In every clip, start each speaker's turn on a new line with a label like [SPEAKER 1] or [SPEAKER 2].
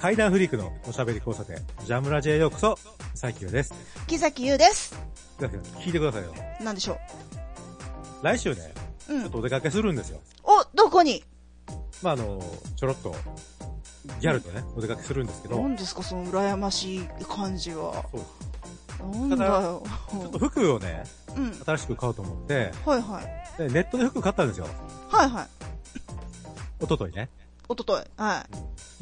[SPEAKER 1] 階段フリークのおしゃべり交差点、ジャムラジへようこそ、サイキューです。
[SPEAKER 2] 木崎優です。
[SPEAKER 1] だけど聞いてくださいよ。
[SPEAKER 2] なんでしょ
[SPEAKER 1] 来週ね、
[SPEAKER 2] う。う
[SPEAKER 1] ちょっ
[SPEAKER 2] ん。
[SPEAKER 1] とお出かけするんですよ。
[SPEAKER 2] お、どこに
[SPEAKER 1] まあ、あの、ちょろっと、ギャルとね、お出かけするんですけど、
[SPEAKER 2] 何ですか、その羨ましい感じは。
[SPEAKER 1] そう
[SPEAKER 2] なんだよ。
[SPEAKER 1] ちょっと服をね、
[SPEAKER 2] うん。
[SPEAKER 1] 新しく買おうと思って、
[SPEAKER 2] はいはい。
[SPEAKER 1] でネットで服買ったんですよ。
[SPEAKER 2] はいはい。
[SPEAKER 1] 一昨日ね。
[SPEAKER 2] おととい。は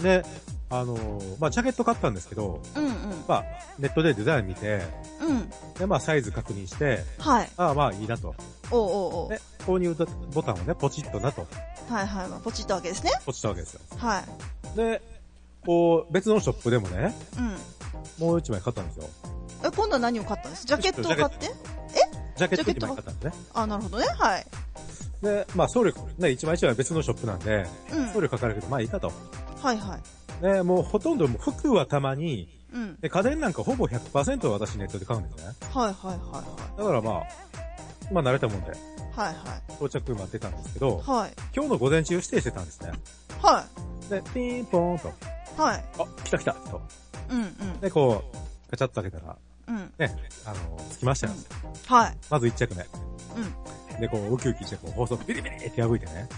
[SPEAKER 1] で、あの、まあ、ジャケット買ったんですけど、
[SPEAKER 2] い。うん
[SPEAKER 1] まあ、ネットでデザイン見て、
[SPEAKER 2] うん。うん。
[SPEAKER 1] で、まあ、サイズ確認して、
[SPEAKER 2] はい。
[SPEAKER 1] ああ、まあ、いいなと。
[SPEAKER 2] おうおうお
[SPEAKER 1] で、購入ボタンをね、ポチッとなと、
[SPEAKER 2] う。はいはい。まあ、ポチったわけですね。
[SPEAKER 1] ポチったわけですよ。
[SPEAKER 2] はい。
[SPEAKER 1] で、こう、別のショップでもね、
[SPEAKER 2] うん。
[SPEAKER 1] もう一枚買ったんですよ。
[SPEAKER 2] え、今度は何を買ったんですジャケットを買って
[SPEAKER 1] ジャケット
[SPEAKER 2] ジャケッ
[SPEAKER 1] 一
[SPEAKER 2] ト
[SPEAKER 1] 枚買ったんですね。
[SPEAKER 2] あ、なるほどね。はい。
[SPEAKER 1] で、まあ送料、ね、一枚一枚別のショップなんで、
[SPEAKER 2] うん。
[SPEAKER 1] 送料かかるけど、まあいいかと。
[SPEAKER 2] はいはい。
[SPEAKER 1] で、もうほとんどもう服はたまに、
[SPEAKER 2] うん。
[SPEAKER 1] で、家電なんかほぼ100%私ネットで買うんですね。
[SPEAKER 2] はいはいは
[SPEAKER 1] だからまあ、まあ慣れたもんで、
[SPEAKER 2] いはい。はいはい。
[SPEAKER 1] 到着待ってたんですけど、
[SPEAKER 2] はい。
[SPEAKER 1] 今日の午前中指定してたんですね。
[SPEAKER 2] は
[SPEAKER 1] で、ピンポーンと、
[SPEAKER 2] い。はい。
[SPEAKER 1] あ、来た来たと。
[SPEAKER 2] うんうん。
[SPEAKER 1] で、こう、ガチャッと開けたら、
[SPEAKER 2] うん。
[SPEAKER 1] ね、あの、着きましたよ。
[SPEAKER 2] はい。
[SPEAKER 1] まず1着目。
[SPEAKER 2] う
[SPEAKER 1] で、こう、ウキウキして、こう、放送ビリビリって破いて ね。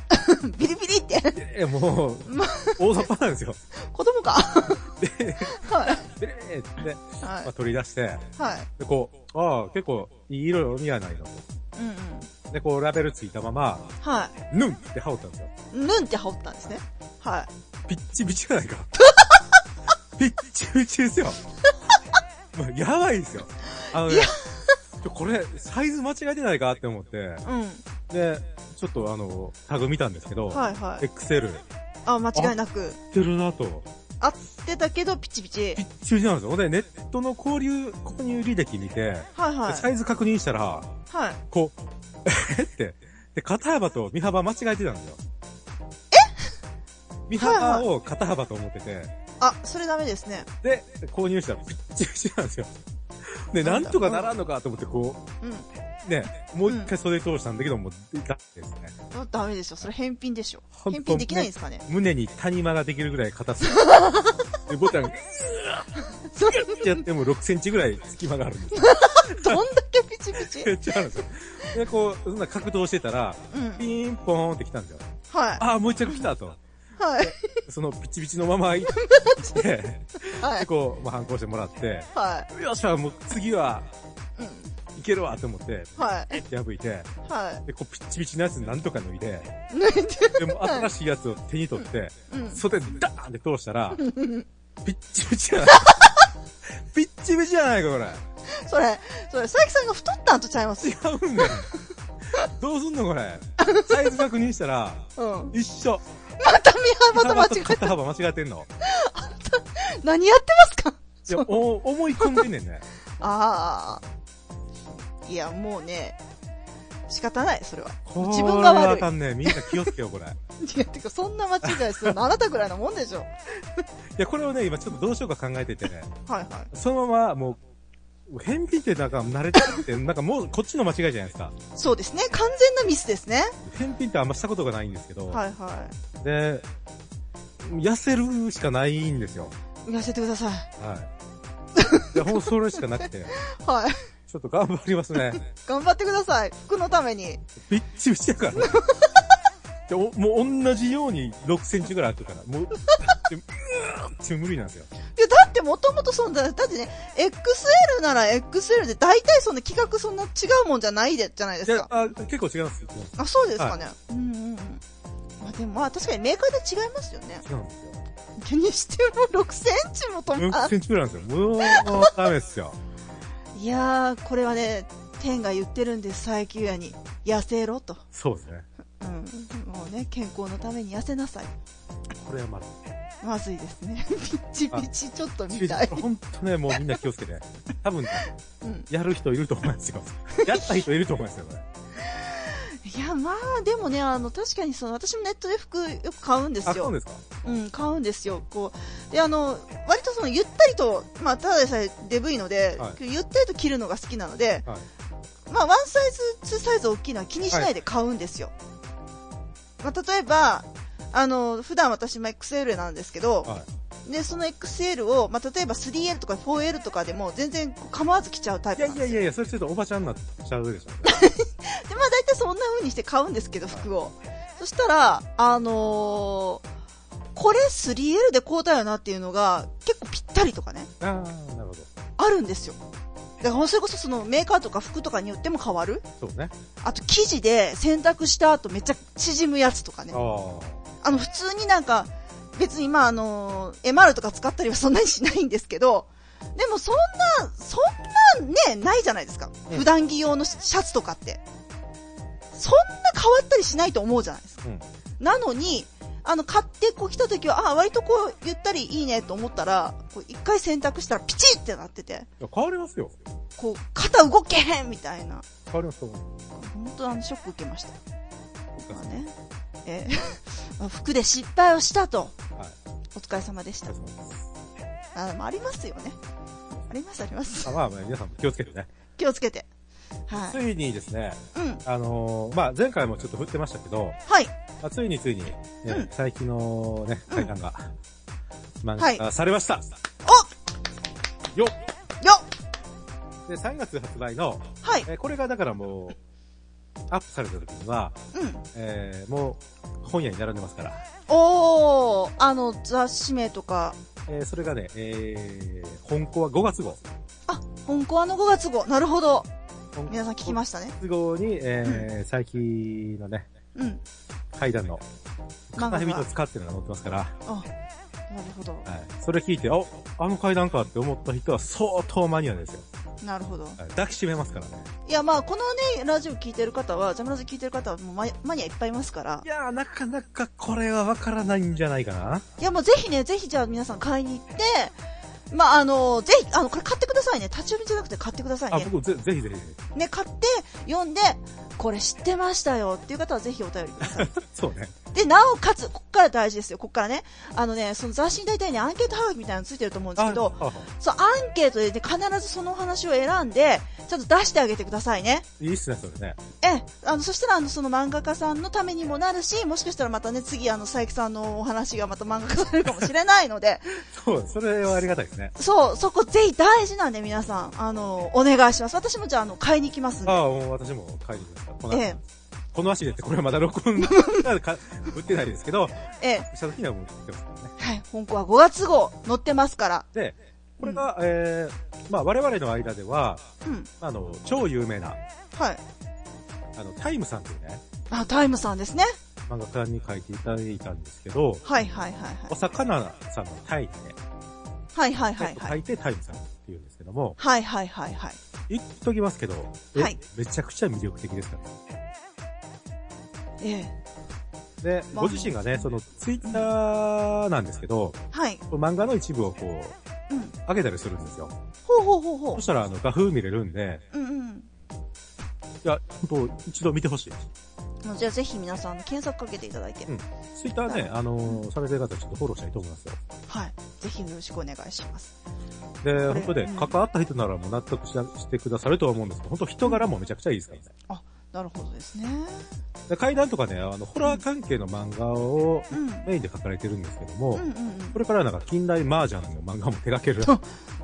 [SPEAKER 2] ん。ビリビリって。
[SPEAKER 1] え、もう
[SPEAKER 2] ま、
[SPEAKER 1] 大雑把なんですよ。
[SPEAKER 2] 子供か。はい。
[SPEAKER 1] ビリビリって、
[SPEAKER 2] は
[SPEAKER 1] まあ、取り出して、
[SPEAKER 2] い。はい。
[SPEAKER 1] で、こう、ああ、結構、いい色よ、似合わないの。
[SPEAKER 2] うんうん。
[SPEAKER 1] で、こう、ラベルついたまま、
[SPEAKER 2] は
[SPEAKER 1] ヌンって羽織ったんですよ。
[SPEAKER 2] い。ぬんって羽織ったんですね。はい。
[SPEAKER 1] ピッチピチじゃないか。 ピッチピチですよ。もうやばいですよ。あのね
[SPEAKER 2] いや、
[SPEAKER 1] ちょこれ、サイズ間違えてないかって思って、
[SPEAKER 2] うん。
[SPEAKER 1] で、ちょっとあの、タグ見たんですけど、
[SPEAKER 2] はいはい。
[SPEAKER 1] XL、
[SPEAKER 2] あ、間違いなく。
[SPEAKER 1] 着てるなと。
[SPEAKER 2] 合ってたけど、ピチピチ
[SPEAKER 1] ピ。ッチピチなんですよ。ほんで、ネットの交流、購入履歴見て、
[SPEAKER 2] はいは
[SPEAKER 1] でサ
[SPEAKER 2] い。
[SPEAKER 1] イズ確認したら、
[SPEAKER 2] はい。
[SPEAKER 1] こう、 えって、で、肩幅と身幅間違えてたんですよ。え身幅を肩幅と思ってて、
[SPEAKER 2] あ、それダメですね。
[SPEAKER 1] で、購入したらピッチピチなんですよ。で、
[SPEAKER 2] な
[SPEAKER 1] なんん
[SPEAKER 2] だ
[SPEAKER 1] とかならんのかと思って、こ
[SPEAKER 2] うん。
[SPEAKER 1] う、ね、もう一回袖通したんだけど、もう、だってですね。
[SPEAKER 2] あダメですよ。それ返品でしょ。
[SPEAKER 1] ほんと
[SPEAKER 2] 返品できないんですかね。
[SPEAKER 1] 胸に谷間ができるぐらい硬さ。 で、ボタン、
[SPEAKER 2] そ
[SPEAKER 1] やっても6センチぐらい隙間があるんですよ。
[SPEAKER 2] どんだけピチピチ。
[SPEAKER 1] めっちゃあるんですよ。で、こう、そんな格闘してたら、
[SPEAKER 2] うん。
[SPEAKER 1] ピンポーンって来たんですよ。
[SPEAKER 2] はい。
[SPEAKER 1] ああ、もう一着来たと。
[SPEAKER 2] はい。
[SPEAKER 1] そのピチピチのまま行って、
[SPEAKER 2] は
[SPEAKER 1] で
[SPEAKER 2] い。
[SPEAKER 1] こう、まあ、反抗してもらって、
[SPEAKER 2] は
[SPEAKER 1] よっしゃ、もう次は、
[SPEAKER 2] い。うん。
[SPEAKER 1] いけるわと思って、
[SPEAKER 2] はい。
[SPEAKER 1] 破いて、
[SPEAKER 2] は
[SPEAKER 1] で、こう、ピッチピチのやつなんとか脱いで、
[SPEAKER 2] い。 抜いて。
[SPEAKER 1] でも新しいやつを手に取って、
[SPEAKER 2] うん。
[SPEAKER 1] 袖ダーンって通したら、ピッチピチじゃないピッチピチじゃないか、これ。
[SPEAKER 2] それ、それ、佐伯さんが太ったんとちゃいますよ。
[SPEAKER 1] 違うんだよ。どうすんの、これ。サイズ確認したら、
[SPEAKER 2] うん。
[SPEAKER 1] 一緒。
[SPEAKER 2] また身幅と間違え
[SPEAKER 1] 肩幅間違ってんの。
[SPEAKER 2] 何やってますか
[SPEAKER 1] いや、お思い込んでんねんね。
[SPEAKER 2] ああ。いや、もうね、仕方ない、それは。
[SPEAKER 1] これ
[SPEAKER 2] 自分が
[SPEAKER 1] は
[SPEAKER 2] 悪
[SPEAKER 1] あかんねみんな気をつけよ、これ。
[SPEAKER 2] いや、てか、そんな間違いするの、あなたぐらいのもんでしょ。
[SPEAKER 1] いや、これをね、今ちょっとどうしようか考えてて、
[SPEAKER 2] はいは
[SPEAKER 1] そのまま、もう、返品ってなんか慣れてるって、 なんかもうこっちの間違いじゃないですか。
[SPEAKER 2] い。そうですね、完全なミスですね。
[SPEAKER 1] 返品ってあんましたことがないんですけど、
[SPEAKER 2] はいは
[SPEAKER 1] で、痩せるしかないんですよ。
[SPEAKER 2] い。痩せてください。
[SPEAKER 1] はい。いや、ほんそれしかなくて、
[SPEAKER 2] はい。
[SPEAKER 1] ちょっと頑張りますね。
[SPEAKER 2] 頑張ってください。服のために。
[SPEAKER 1] ピッチピチやから、ね。でおもう同じように6センチぐらいあるから、もう、でうーって無理なんですよ。
[SPEAKER 2] いや、だってもともとそんな、だってね、XL なら XL で、大体そんな企画そんな違うもんじゃないで、じゃないで
[SPEAKER 1] い
[SPEAKER 2] す
[SPEAKER 1] や
[SPEAKER 2] か、。
[SPEAKER 1] あ結構違います。
[SPEAKER 2] あ、そうですかね。うんうんうん。まあでもまあ確かにメーカーで違いますよね。
[SPEAKER 1] 違うんですよ。
[SPEAKER 2] にしても6センチも止ま
[SPEAKER 1] 6
[SPEAKER 2] ん。
[SPEAKER 1] センチぐらいなんですよ。もう、ダメですよ。
[SPEAKER 2] いやー、これはね、天が言ってるんです、最級やに。痩せろと。
[SPEAKER 1] そうですね。
[SPEAKER 2] うん。もうね、健康のために痩せなさい。
[SPEAKER 1] これはまだ。
[SPEAKER 2] まずいですね。ピッチピチちょっと 見たい。
[SPEAKER 1] ほんとね、もうみんな気をつけて。多分、
[SPEAKER 2] うん。
[SPEAKER 1] やる人いると思い ますよ。やった人いると思いますよ、これ。
[SPEAKER 2] いや、まあ、でもね、あの、確かにその、私もネットで服よく買うんで
[SPEAKER 1] あ、そ
[SPEAKER 2] す
[SPEAKER 1] う
[SPEAKER 2] よ。
[SPEAKER 1] ですか
[SPEAKER 2] うん、買うんですよ。こう。で、あの、割とその、ゆったりと、まあ、ただでさえデブいので、
[SPEAKER 1] はい
[SPEAKER 2] ゆったりと着るのが好きなので、
[SPEAKER 1] はい
[SPEAKER 2] まあ、ワンサイズ、ツーサイズ大きいのは気にしないで買うんですよ。まあ、例えば、あの、普段私も XL なんですけど、
[SPEAKER 1] は
[SPEAKER 2] で、その XL を、まあ、例えば 3L とか 4L とかでも全然こう構わず着ちゃうタイ
[SPEAKER 1] い
[SPEAKER 2] プ
[SPEAKER 1] や
[SPEAKER 2] なん
[SPEAKER 1] い
[SPEAKER 2] で
[SPEAKER 1] や
[SPEAKER 2] すよ。
[SPEAKER 1] いやいや、それちょっとおばちゃんになっちゃうでしょ。
[SPEAKER 2] で、まあ大体そんな風にして買うんですけど、服を。そしたら、あのーこれ 3L でこうだよなっていうのが結構ぴったりとかね、
[SPEAKER 1] ああ、なるほ
[SPEAKER 2] あるんですよ。だからそれこそそのメーカーとか服とかによっても変わる
[SPEAKER 1] ど。そうね。
[SPEAKER 2] あと生地で洗濯した後めっちゃ縮むやつとかね。
[SPEAKER 1] あ
[SPEAKER 2] あの、普通になんか、別にまあ、あの、MR とか使ったりはそんなにしないんですけど、でもそんな、そんなね、ないじゃないですか。
[SPEAKER 1] うん
[SPEAKER 2] 普段着用のシャツとかって。そんな変わったりしないと思うじゃないですか。
[SPEAKER 1] あ。うん。
[SPEAKER 2] なのに、あの、買ってこう来た時は、あ、割とこう、ゆったりいいねと思ったら、こう一回洗濯したらピチってなってて、
[SPEAKER 1] いや変わりますよ。
[SPEAKER 2] こう、肩動けへんみたいな。
[SPEAKER 1] 変わりますと思う。
[SPEAKER 2] 本当あの、ショック受けました。まあね。え ー服で失敗をしたと。
[SPEAKER 1] はい。
[SPEAKER 2] お疲れ様でした
[SPEAKER 1] 大丈。夫です
[SPEAKER 2] あでもありますよね。ありますあります
[SPEAKER 1] あ。まあまあ、皆さんも気をつけてね。
[SPEAKER 2] 気をつけて。は
[SPEAKER 1] ついにですね、
[SPEAKER 2] い。うん。
[SPEAKER 1] あのーまあ前回もちょっと振ってましたけど、
[SPEAKER 2] はい。
[SPEAKER 1] まあ、ついについに、ね
[SPEAKER 2] うん
[SPEAKER 1] 最近のね、
[SPEAKER 2] うん
[SPEAKER 1] 会談が、漫
[SPEAKER 2] は
[SPEAKER 1] 画
[SPEAKER 2] い
[SPEAKER 1] 化されました。よっ
[SPEAKER 2] よ
[SPEAKER 1] で、3月発売の、
[SPEAKER 2] っはい。
[SPEAKER 1] えーこれがだからもう、アップされた時には、
[SPEAKER 2] うん。
[SPEAKER 1] えーもう、本屋に並んでますから、
[SPEAKER 2] おー、あの、雑誌名とか、
[SPEAKER 1] えーそれがね、えー本校は5月号。
[SPEAKER 2] あ、本コアの5月号。なるほど。
[SPEAKER 1] 本
[SPEAKER 2] 皆さん聞きましたね。
[SPEAKER 1] 5月号に、えー最近のね、
[SPEAKER 2] うん。
[SPEAKER 1] 階段の、
[SPEAKER 2] 漫
[SPEAKER 1] 片
[SPEAKER 2] 画
[SPEAKER 1] 指と
[SPEAKER 2] が。
[SPEAKER 1] 使ってるのが載ってますから、は
[SPEAKER 2] あ、なるほど。
[SPEAKER 1] い。それ聞いて、おあの階段かって思った人は相当マニアですよ。
[SPEAKER 2] なるほど。
[SPEAKER 1] はい抱きしめますからね。
[SPEAKER 2] いや、まあ、このね、ラジオ聞いてる方は、ジャムラジ聞いてる方は、もうマニマニアいっぱいいますから
[SPEAKER 1] い。やー、なかなかこれはわからないんじゃないかな。
[SPEAKER 2] いや、もうぜひね、ぜひじゃあ皆さん買いに行って、まあ、あの、ぜひ、あの、これ買ってくださいね。立ち読みじゃなくて買ってください
[SPEAKER 1] あ
[SPEAKER 2] ね、。
[SPEAKER 1] 僕ぜ、ぜひぜひ。
[SPEAKER 2] ね、買って、読んで、これ知ってましたよっていう方はぜひお便りください。
[SPEAKER 1] そうね。
[SPEAKER 2] で、なおかつ、こっから大事ですよ。こっからね。あのね、その雑誌に大体ね、アンケートハガキみたいなのついてると思うんですけど、
[SPEAKER 1] ああ
[SPEAKER 2] そう、アンケートでね、必ずそのお話を選んで、ちゃんと出してあげてくださいね。
[SPEAKER 1] いいっすね、それね。
[SPEAKER 2] ええ、あの、そしたら、あの、その漫画家さんのためにもなるし、もしかしたらまたね、次、あの、佐伯さんのお話がまた漫画化されるかもしれないの で、
[SPEAKER 1] そう、それはありがたいですね。
[SPEAKER 2] そう、そこぜひ大事なんで、皆さん、あの、お願いします。私もじゃあ、あの、買いに行きますんで。
[SPEAKER 1] ああ、もう私も帰りますから。この,、
[SPEAKER 2] ええ
[SPEAKER 1] この足でって、これはまだ録音か売ってないですけど、
[SPEAKER 2] ええ、
[SPEAKER 1] した時にはもう売ってますからね。
[SPEAKER 2] はい、本校は5月号、載ってますから。
[SPEAKER 1] で、これが、えー、まあ我々の間では、
[SPEAKER 2] うん。
[SPEAKER 1] あの、超有名な、
[SPEAKER 2] はい。
[SPEAKER 1] あの、タイムさんというね、
[SPEAKER 2] あ、タイムさんですね。
[SPEAKER 1] 漫画家に書いていただいたんですけど、
[SPEAKER 2] はいはいはい
[SPEAKER 1] お魚さんのタイにね、
[SPEAKER 2] はい。はいはいはいは
[SPEAKER 1] 書
[SPEAKER 2] い。
[SPEAKER 1] いてタイムさんっていうんですけども、
[SPEAKER 2] はいはいはいはい。
[SPEAKER 1] 言っときますけど、え
[SPEAKER 2] はい
[SPEAKER 1] めちゃくちゃ魅力的ですから
[SPEAKER 2] ええ。
[SPEAKER 1] ね。で、
[SPEAKER 2] まあ
[SPEAKER 1] ご自身がね、そのツイッターなんですけど、
[SPEAKER 2] はい。
[SPEAKER 1] 漫画の一部をこう、
[SPEAKER 2] うん。
[SPEAKER 1] 上げたりするんですよ。
[SPEAKER 2] ほうほうほうほ
[SPEAKER 1] そしたら、あの、画風見れるんで、
[SPEAKER 2] う。うんうん。
[SPEAKER 1] いや、本当一度見てほしいです。
[SPEAKER 2] もうじゃあぜひ皆さん、検索かけていただいて。
[SPEAKER 1] うんツイッターね、あのーされてる方ちょっとフォローしたいと思いますよ。
[SPEAKER 2] はい。ぜひよろしくお願いします。
[SPEAKER 1] で、
[SPEAKER 2] これ
[SPEAKER 1] 本当で
[SPEAKER 2] うん、
[SPEAKER 1] 関わった人ならもう納得ししてくださるとは思うんですけど、本当人柄もめちゃくちゃいいですからね。
[SPEAKER 2] なるほどですね。
[SPEAKER 1] で階段とかね、あの、ホラー関係の漫画を
[SPEAKER 2] うん。
[SPEAKER 1] メインで書かれてるんですけども、
[SPEAKER 2] うんうんうん
[SPEAKER 1] こ。れからなんか近代麻雀の漫画も手掛け る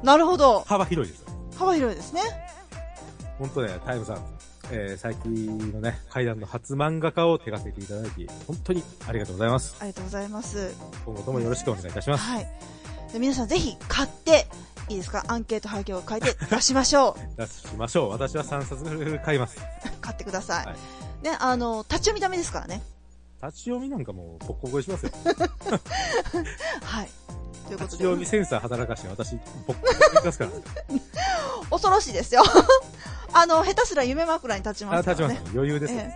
[SPEAKER 2] なるほど。
[SPEAKER 1] 幅広いですよ。
[SPEAKER 2] 幅広いですね。
[SPEAKER 1] 本当ね、タイムさん、えー、最近のね、階段の初漫画家を手掛けていただき、本当にありがとうございます。
[SPEAKER 2] ありがとうございます。
[SPEAKER 1] 今後ともよろしくお願いいたします。
[SPEAKER 2] はい。で皆さんぜひ買って、いいですかアンケート配給を書いて出しまし ょう。
[SPEAKER 1] 出しましょう。私は3冊買います。
[SPEAKER 2] 買ってください。
[SPEAKER 1] はい
[SPEAKER 2] ね、あの、立ち読みダメですからね。
[SPEAKER 1] 立ち読みなんかもう、ボッコボコにしますよ。
[SPEAKER 2] はい。という
[SPEAKER 1] 立
[SPEAKER 2] こ
[SPEAKER 1] ち
[SPEAKER 2] とで。
[SPEAKER 1] 読みセンサー働かして私、ボッコボコにしますから。
[SPEAKER 2] 恐ろしいですよ。 あの、下手すら夢枕に立ち
[SPEAKER 1] あ、
[SPEAKER 2] ますか
[SPEAKER 1] 立ち
[SPEAKER 2] ら
[SPEAKER 1] ま
[SPEAKER 2] ね。
[SPEAKER 1] すよ。余裕ですよ。
[SPEAKER 2] え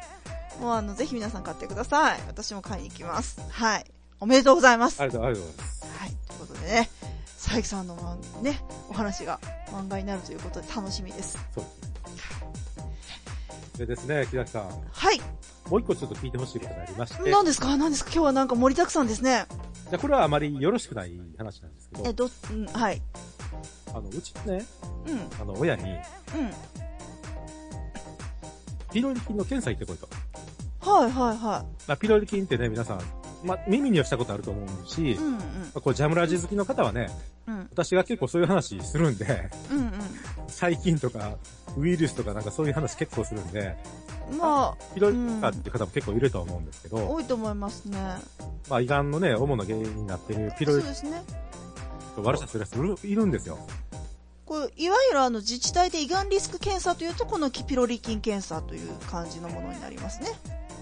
[SPEAKER 2] えもうあの、ぜひ皆さん買ってください。私も買いに行きます。はい。おめでとうございます。
[SPEAKER 1] あ
[SPEAKER 2] は
[SPEAKER 1] りがとう、ありがとうございます。
[SPEAKER 2] い。ということでね、佐伯さんのまんね、お話が漫画になるということで楽しみです。
[SPEAKER 1] でですね、木崎さん、
[SPEAKER 2] はい。
[SPEAKER 1] もう一個ちょっと聞いてほしいことがありまして、じゃ
[SPEAKER 2] 何ですか何ですか今日はなんか盛りだくさんですね。
[SPEAKER 1] あこれはあまりよろしくない話なんですけ
[SPEAKER 2] え、
[SPEAKER 1] ど、
[SPEAKER 2] ど、うん、はい。
[SPEAKER 1] あの、うちのね、
[SPEAKER 2] うん、うん。
[SPEAKER 1] あの、親に、ピロリ菌の検査行ってこいと。
[SPEAKER 2] はいはいは
[SPEAKER 1] まあ、ピロリ菌ってね、皆さん、まあ、耳にはしたことあると思うし、
[SPEAKER 2] う
[SPEAKER 1] ま
[SPEAKER 2] んうん
[SPEAKER 1] あ、こうジャムラジ好きの方はね、
[SPEAKER 2] うん
[SPEAKER 1] 私が結構そういう話するんで、
[SPEAKER 2] うん
[SPEAKER 1] 細菌とか、ウイルスとかなんかそういう話結構するんで、
[SPEAKER 2] うんまあ
[SPEAKER 1] ひどいかっていう方も結構いると思うんですけど、
[SPEAKER 2] 多いと思いますね
[SPEAKER 1] まあ胃がんのね、主な原因になっているピ
[SPEAKER 2] そ
[SPEAKER 1] ロ
[SPEAKER 2] う
[SPEAKER 1] リ
[SPEAKER 2] ですね
[SPEAKER 1] と悪さする人いるんですよ。
[SPEAKER 2] こういわゆるあの自治体で胃がんリスク検査というとこのキピロリ菌検査という感じのものになりますね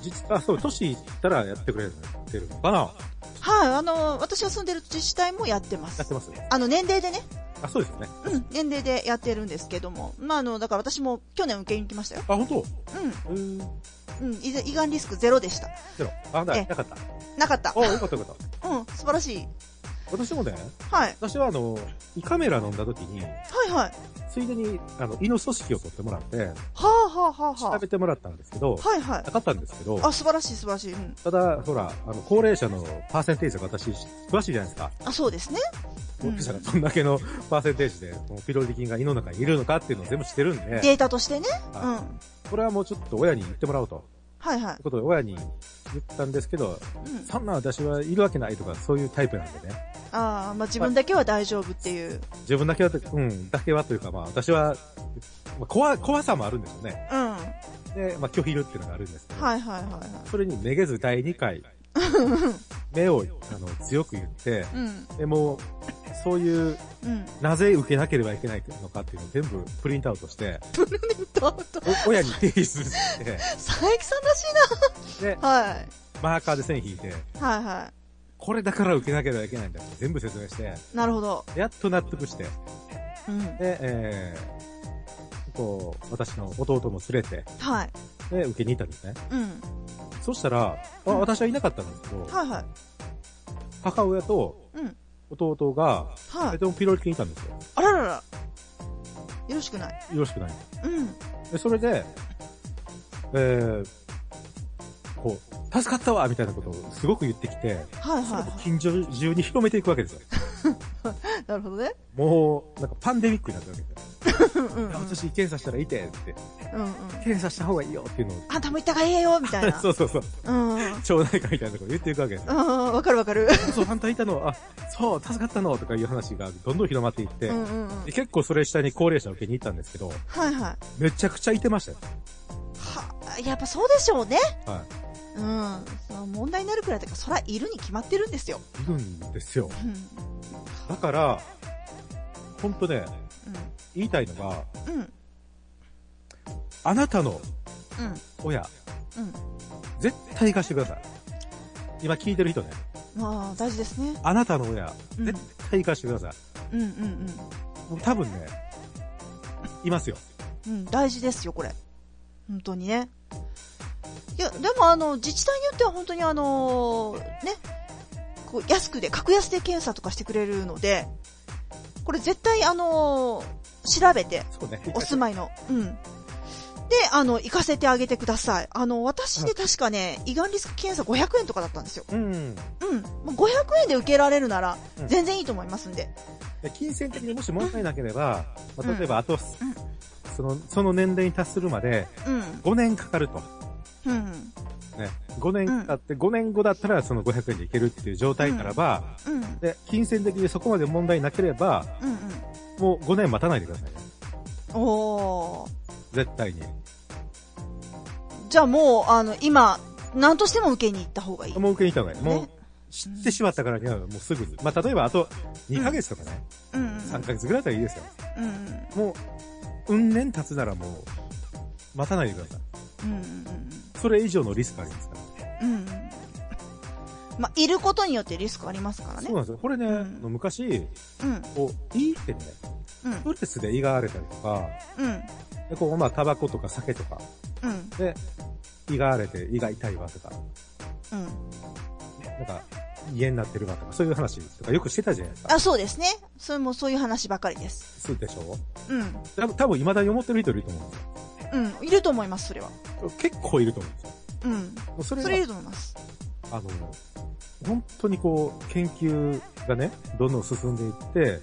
[SPEAKER 1] 実は、そう、都市行ったらやってくれてるのかな
[SPEAKER 2] はいあの私が住んでる自治体もやって
[SPEAKER 1] や
[SPEAKER 2] ま
[SPEAKER 1] っ
[SPEAKER 2] す
[SPEAKER 1] てます
[SPEAKER 2] あの年齢でね
[SPEAKER 1] あ、そうですよね。
[SPEAKER 2] うん年齢でやってるんですけどもまああのだから私も去年受けに行きましたよ
[SPEAKER 1] あ、本
[SPEAKER 2] うん
[SPEAKER 1] 当うん。
[SPEAKER 2] うん、胃が胃がんリスクゼロでした。
[SPEAKER 1] ゼロ。あ、な、
[SPEAKER 2] ええ
[SPEAKER 1] なかった。
[SPEAKER 2] なかった。
[SPEAKER 1] あ、よかったよかった。
[SPEAKER 2] うん、素晴らしい。
[SPEAKER 1] 私もね、
[SPEAKER 2] はい。
[SPEAKER 1] 私はあの、胃カメラ飲んだ時に、
[SPEAKER 2] はいはい。
[SPEAKER 1] ついでに、あの、胃の組織を取ってもらって、
[SPEAKER 2] はあはあはあ
[SPEAKER 1] 調
[SPEAKER 2] は
[SPEAKER 1] べてもらったんですけど、
[SPEAKER 2] あ。はいはい
[SPEAKER 1] な。かったんですけど、
[SPEAKER 2] あ、素晴らしい素晴らしい。うん。
[SPEAKER 1] ただ、ほら、あの、高齢者のパーセンテージが私、詳しいじゃないですか。
[SPEAKER 2] あ、そうですね。
[SPEAKER 1] 高齢者がどんだけのパーセンテージで、もうピロリ菌が胃の中にいるのかっていうのを全部知ってるんで、
[SPEAKER 2] データとしてね。うん。
[SPEAKER 1] はこれはもうちょっと親に言ってもらおうと。
[SPEAKER 2] はいはい
[SPEAKER 1] という。ことで、親に言ったんですけど、
[SPEAKER 2] うん。
[SPEAKER 1] そんな私はいるわけないとか、そういうタイプなんでね。
[SPEAKER 2] ああ、まあ自分だけは大丈夫っていう。
[SPEAKER 1] 自分だけはと、うん、だけはというか、まあ、私は、まあ、怖、怖さもあるんですよね。
[SPEAKER 2] うん。はい
[SPEAKER 1] で、まあ、拒否るっていうのがあるんですけど、
[SPEAKER 2] はいはいは
[SPEAKER 1] それにめげず第2回、 目を、あの、強く言って、
[SPEAKER 2] い。うん。
[SPEAKER 1] でもう、そういう、
[SPEAKER 2] うん。
[SPEAKER 1] なぜ受けなければいけないのかっていうのを全部プリントアウトして、
[SPEAKER 2] とうとう、
[SPEAKER 1] お 親に提出して、
[SPEAKER 2] 佐伯さんらし
[SPEAKER 1] で
[SPEAKER 2] い、な。はい。
[SPEAKER 1] マーカーで線引いて、
[SPEAKER 2] はいは
[SPEAKER 1] これだから受けなければいけないんだって全部説明して、
[SPEAKER 2] い。なるほど。
[SPEAKER 1] やっと納得して、
[SPEAKER 2] うん。
[SPEAKER 1] で、えー、こう、私の弟も連れて、
[SPEAKER 2] はい。
[SPEAKER 1] で、受けに行ったんですね。
[SPEAKER 2] うん。
[SPEAKER 1] そしたら、あ
[SPEAKER 2] うん
[SPEAKER 1] 私はいなかったんですけど、
[SPEAKER 2] はいはい。
[SPEAKER 1] 母親と
[SPEAKER 2] うん。
[SPEAKER 1] 弟が、
[SPEAKER 2] は
[SPEAKER 1] え
[SPEAKER 2] い。
[SPEAKER 1] ともピロリ菌いたんですよ。
[SPEAKER 2] あらららら。よろしくない。
[SPEAKER 1] よろしくない。
[SPEAKER 2] うん。
[SPEAKER 1] でそれで、えー、こう、助かったわみたいなことをすごく言ってきて、
[SPEAKER 2] はい
[SPEAKER 1] そ
[SPEAKER 2] は
[SPEAKER 1] れ
[SPEAKER 2] い
[SPEAKER 1] を
[SPEAKER 2] は
[SPEAKER 1] 近所中に広めていくわけです よ。
[SPEAKER 2] い。なるほどね。
[SPEAKER 1] もう、なんかパンデミックになってるわけですよ。
[SPEAKER 2] うんうんう
[SPEAKER 1] い
[SPEAKER 2] ん。
[SPEAKER 1] や私検査したらいいてって、
[SPEAKER 2] うんうん。
[SPEAKER 1] 検査した方がいいよっていうのを、
[SPEAKER 2] あんたも行った方がいいよ、みたいな。
[SPEAKER 1] そうそうそう、
[SPEAKER 2] うんうん。
[SPEAKER 1] 町内会みたいなとこ言っていくわけですよ。
[SPEAKER 2] うん、わかるわかる。
[SPEAKER 1] そう、反対いたの、あ、そう、助かったのとかいう話がどんどん広まっていって、
[SPEAKER 2] うんうんうん。
[SPEAKER 1] で結構それ下に高齢者を受けに行ったんですけど、
[SPEAKER 2] はいはい。
[SPEAKER 1] めちゃくちゃいてましたよ。
[SPEAKER 2] は、やっぱそうでしょうね。
[SPEAKER 1] は
[SPEAKER 2] うん。その問題になるくらいだから、そらいるに決まってるんですよ。
[SPEAKER 1] い。いるんですよ。
[SPEAKER 2] うん。
[SPEAKER 1] だから、ほんとね、
[SPEAKER 2] う
[SPEAKER 1] 言いたいのが、
[SPEAKER 2] ん。うん。
[SPEAKER 1] あなたの
[SPEAKER 2] うん。
[SPEAKER 1] 親、
[SPEAKER 2] うん。
[SPEAKER 1] 絶対行かしてください。今聞いてる人ね、
[SPEAKER 2] まあ、大事ですね。
[SPEAKER 1] あなたの親、
[SPEAKER 2] うん。う
[SPEAKER 1] 絶
[SPEAKER 2] ん
[SPEAKER 1] 対行かしてください。
[SPEAKER 2] うんうん。
[SPEAKER 1] もう多分ね、いますよ。
[SPEAKER 2] うん、大事ですよ、これ。本当にね。いや、でもあの、自治体によっては本当にあのね、こう、安くで、格安で検査とかしてくれるので、これ絶対あの調べて、
[SPEAKER 1] そうね。
[SPEAKER 2] お住
[SPEAKER 1] ま
[SPEAKER 2] まいの。うん。で、あの、行かせてあげてください。あの、私ね、確かね、胃がんリスク検査500円とかだったんですよ。
[SPEAKER 1] うん。
[SPEAKER 2] うん。もう500円で受けられるなら
[SPEAKER 1] う、ん
[SPEAKER 2] 全然いいと思いますんで。
[SPEAKER 1] で金銭的にもし問題なければ、まあ、
[SPEAKER 2] うん
[SPEAKER 1] 例えばあと、
[SPEAKER 2] ん
[SPEAKER 1] その、その年齢に達するまで
[SPEAKER 2] うん。
[SPEAKER 1] 5年かかると。
[SPEAKER 2] うん。
[SPEAKER 1] ね、5年経って、5年後だったらその500円でいけるっていう状態ならば、
[SPEAKER 2] うん。
[SPEAKER 1] で、金銭的にそこまで問題なければ、
[SPEAKER 2] うん。
[SPEAKER 1] もう5年待たないでくださいね。
[SPEAKER 2] うん。おー。
[SPEAKER 1] 絶対に。
[SPEAKER 2] じゃあもう、あの、今、何としても受けに行った方がいい。
[SPEAKER 1] もう受けに行った方がいい。もう
[SPEAKER 2] ね、
[SPEAKER 1] 知ってしまったからにはもうすぐ、まあ、例えばあと2ヶ月とかね、
[SPEAKER 2] うん。うん。
[SPEAKER 1] 3ヶ月ぐらいだったらいいですよ。
[SPEAKER 2] うん。
[SPEAKER 1] もう、うん年経つならもう、待たないでください。
[SPEAKER 2] うん。
[SPEAKER 1] それ以上のリスクありますから。
[SPEAKER 2] うん。うん。まあ、いることによってリスクありますからね
[SPEAKER 1] そう。なんですよ。これね、
[SPEAKER 2] うん
[SPEAKER 1] あの昔、
[SPEAKER 2] うん。
[SPEAKER 1] こう、いいってね、
[SPEAKER 2] うん
[SPEAKER 1] ス。トレスで胃が荒れたりとか、
[SPEAKER 2] うん。
[SPEAKER 1] で、こう、まあ、タバコとか酒とか、
[SPEAKER 2] うん。
[SPEAKER 1] で、胃が荒れて胃が痛いわとか、
[SPEAKER 2] うん。
[SPEAKER 1] なんか、家になってるわとか、そういう話とかよくしてたじゃないですか。
[SPEAKER 2] あ、そうですね。それもそういう話ばかりです。
[SPEAKER 1] するでしょ
[SPEAKER 2] うん。
[SPEAKER 1] 多分、多分未だに思ってる人いると思うんです
[SPEAKER 2] うん。いると思います、それは。
[SPEAKER 1] よ。結構いると思うんですよ。
[SPEAKER 2] うん。
[SPEAKER 1] もうそれ
[SPEAKER 2] それい
[SPEAKER 1] は、
[SPEAKER 2] ると思います。
[SPEAKER 1] あの、本当にこう、研究がね、どんどん進んでいって、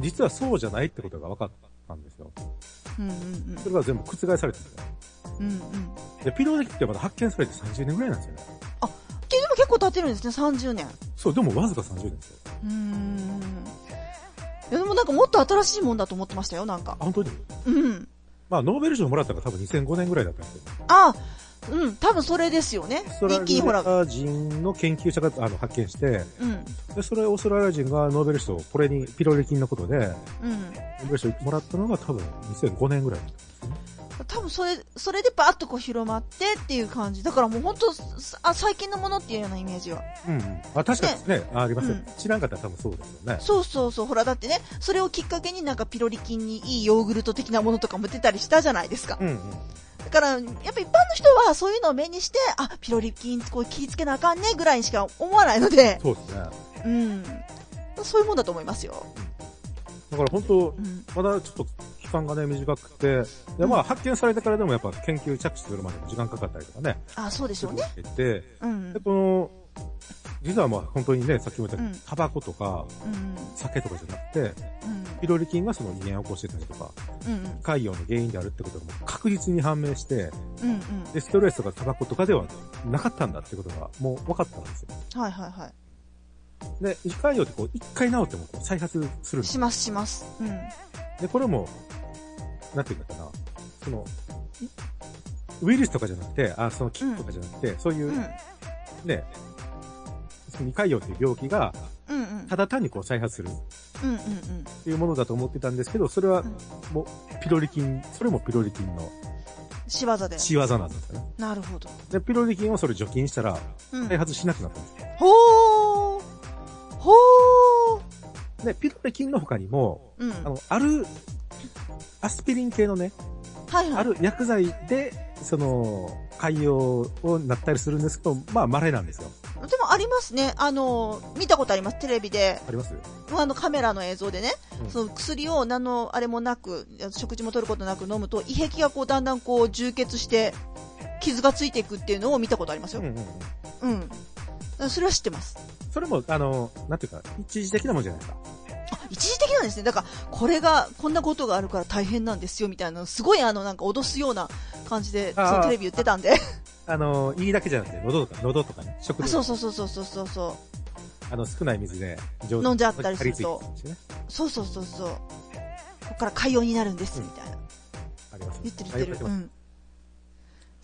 [SPEAKER 1] 実はそうじゃないってことが分かったんですよ。
[SPEAKER 2] うんうん
[SPEAKER 1] それが全部覆されてるんですよ。
[SPEAKER 2] うん。うんうん。
[SPEAKER 1] で、ピロリ菌ってまだ発見されて30年ぐらいなんですよね。
[SPEAKER 2] でも結構構経ってるんですね、30年。
[SPEAKER 1] そう、でもわずか30年ですよ。
[SPEAKER 2] うーん。いや、でもなんかもっと新しいもんだと思ってましたよ、なんか
[SPEAKER 1] あ。本当に
[SPEAKER 2] うん。
[SPEAKER 1] まあ、ノーベル賞もらったのが多分2005年ぐらいだったんで。
[SPEAKER 2] あうん、多分それですよね。
[SPEAKER 1] オース
[SPEAKER 2] 一気にほ
[SPEAKER 1] トラ
[SPEAKER 2] ら
[SPEAKER 1] リ、ア人の研究者があの発見して、
[SPEAKER 2] うん、
[SPEAKER 1] で、それオーストラリア人がノーベル賞、これにピロリ菌のことで、ノ
[SPEAKER 2] うん。
[SPEAKER 1] ーベル賞もらったのが多分2005年ぐらいだったんですね。
[SPEAKER 2] 多分それ、それでバーッとこう広まってっていう感じ。だからもうほんと、すあ、最近のものっていうようなイメージは。
[SPEAKER 1] うん、うん。あ、確かにね、あありますよ、
[SPEAKER 2] うん
[SPEAKER 1] 知らんかったら多分そうですよね。
[SPEAKER 2] そうそうそう、ほらだってね、それをきっかけになんかピロリ菌にいいヨーグルト的なものとかも出たりしたじゃないですか。
[SPEAKER 1] うんうん。
[SPEAKER 2] だから、やっぱ一般の人はそういうのを目にして、あ、ピロリ菌こう気ぃつけなあかんねぐらいにしか思わないので、
[SPEAKER 1] そうですね。
[SPEAKER 2] うん。そういうもんだと思いますよ。
[SPEAKER 1] だから本当
[SPEAKER 2] う、ん。
[SPEAKER 1] まだちょっと期間がね、短くて、で、まあ発見されてからでもやっぱ研究着手するまでも時間かかったりとかね、
[SPEAKER 2] あ、そうでしょうね。
[SPEAKER 1] すごいしてて、
[SPEAKER 2] うん
[SPEAKER 1] で、。この、実はまあ本当にね、さっきも言ったように
[SPEAKER 2] うん
[SPEAKER 1] タバコとか
[SPEAKER 2] うん。
[SPEAKER 1] 酒とかじゃなくて、
[SPEAKER 2] うん。
[SPEAKER 1] ピロリ菌がその異変を起こしてたりとか、
[SPEAKER 2] うん。
[SPEAKER 1] 海洋の原因であるってことがもう確実に判明して、
[SPEAKER 2] うん。
[SPEAKER 1] で、ストレスとかタバコとかではなかったんだってことがもう分かったんですよ。
[SPEAKER 2] はいはいは
[SPEAKER 1] で、胃潰瘍ってこう、一回治ってもこう再発するん
[SPEAKER 2] い。
[SPEAKER 1] で
[SPEAKER 2] しますします。うん。。
[SPEAKER 1] で、これも、なんていうんだかな、その、ウイルスとかじゃなくて、あ、その菌とかじゃなくて、そういううんね、その胃潰瘍っていう病気が、
[SPEAKER 2] うんうん
[SPEAKER 1] た。だ単にこう再発する
[SPEAKER 2] うんうんうん。
[SPEAKER 1] っていうものだと思ってたんですけど、それは
[SPEAKER 2] うん
[SPEAKER 1] もうピロリ菌、それもピロリ菌の
[SPEAKER 2] 仕業で。
[SPEAKER 1] 仕業なんですよね。
[SPEAKER 2] なるほど。
[SPEAKER 1] で、ピロリ菌をそれ除菌したら、
[SPEAKER 2] うん
[SPEAKER 1] 再。発しなくなったんですよ。
[SPEAKER 2] ほー。ほー。
[SPEAKER 1] で、ピロリ菌の他にも、
[SPEAKER 2] うん。
[SPEAKER 1] あ
[SPEAKER 2] は
[SPEAKER 1] の、ある、アスピリン系のね、
[SPEAKER 2] いはい。
[SPEAKER 1] ある薬剤で、その、海洋をなったりするんですけど、まあ、稀なんですよ。
[SPEAKER 2] でもありますね。あの、見たことあります。テレビで。
[SPEAKER 1] あります
[SPEAKER 2] あのカメラの映像でね、
[SPEAKER 1] うん
[SPEAKER 2] その薬を何のあれもなく、食事も取ることなく飲むと、胃壁がこうだんだんこう充血して、傷がついていくっていうのを見たことあります
[SPEAKER 1] う
[SPEAKER 2] よ
[SPEAKER 1] ん。うんうん。
[SPEAKER 2] うん。それは知ってます。
[SPEAKER 1] それも、あの、なんていうか、一時的なもんじゃないですか。
[SPEAKER 2] あ、一時的なんですね。だから、これが、こんなことがあるから大変なんですよ、みたいな、すごいあの、なんか脅すような感じで、そ
[SPEAKER 1] あー
[SPEAKER 2] のテレビ言ってたんで。
[SPEAKER 1] あの、胃だけじゃなくて、喉とか、喉とかね、食
[SPEAKER 2] あ
[SPEAKER 1] 道
[SPEAKER 2] そうそうそうそうそうそうそう。
[SPEAKER 1] あの、少ない水で、上
[SPEAKER 2] 飲んじゃったりすると
[SPEAKER 1] 張り付いてたり
[SPEAKER 2] そうそうそうそう。ここから海洋になるんです、
[SPEAKER 1] うん
[SPEAKER 2] みたいな。
[SPEAKER 1] してね。ありますね。
[SPEAKER 2] 言ってる言って
[SPEAKER 1] あ
[SPEAKER 2] る。
[SPEAKER 1] よ
[SPEAKER 2] う
[SPEAKER 1] くやっ
[SPEAKER 2] ん。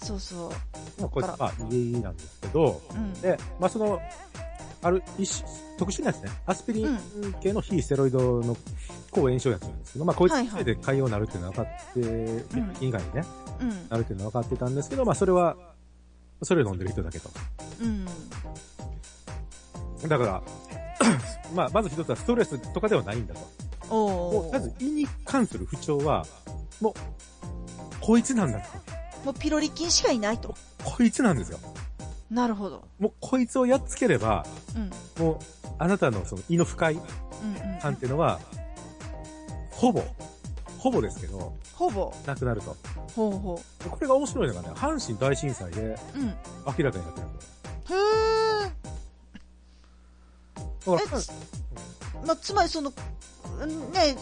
[SPEAKER 2] そうそう。
[SPEAKER 1] てますまあこれ、まあ、家なんですけど、
[SPEAKER 2] うん。
[SPEAKER 1] で、まあ、その、ある一種、特殊なやつね、アスピリン系の非ステロイドの抗炎症薬なんですけど、まあ、こいつのせいで海洋になるっていうのは分かって、以外にね、
[SPEAKER 2] うん。
[SPEAKER 1] なるっていうのは分かってたんですけど、まあ、それは、それを飲んでる人だけと。
[SPEAKER 2] うん。
[SPEAKER 1] だから、 まあ、まず一つはストレスとかではないんだと。もうと
[SPEAKER 2] お
[SPEAKER 1] り
[SPEAKER 2] お
[SPEAKER 1] あえず胃に関する不調は、もう、こいつなんだと。
[SPEAKER 2] もうピロリ菌しかいないと
[SPEAKER 1] こいつなんですよ。
[SPEAKER 2] なるほど
[SPEAKER 1] もうこいつをやっつければ、
[SPEAKER 2] うんうん
[SPEAKER 1] もう、あなたのその胃の不快
[SPEAKER 2] うん
[SPEAKER 1] 感っていうのは、ほぼ、ほぼですけど、
[SPEAKER 2] ほぼ
[SPEAKER 1] なくなると。
[SPEAKER 2] ほうほ
[SPEAKER 1] これが面白いのがね、阪神大震災で
[SPEAKER 2] ううんへ
[SPEAKER 1] 明らかになってるんです
[SPEAKER 2] ー
[SPEAKER 1] よ。だ
[SPEAKER 2] え
[SPEAKER 1] から、
[SPEAKER 2] つまあ、つまりそのうんね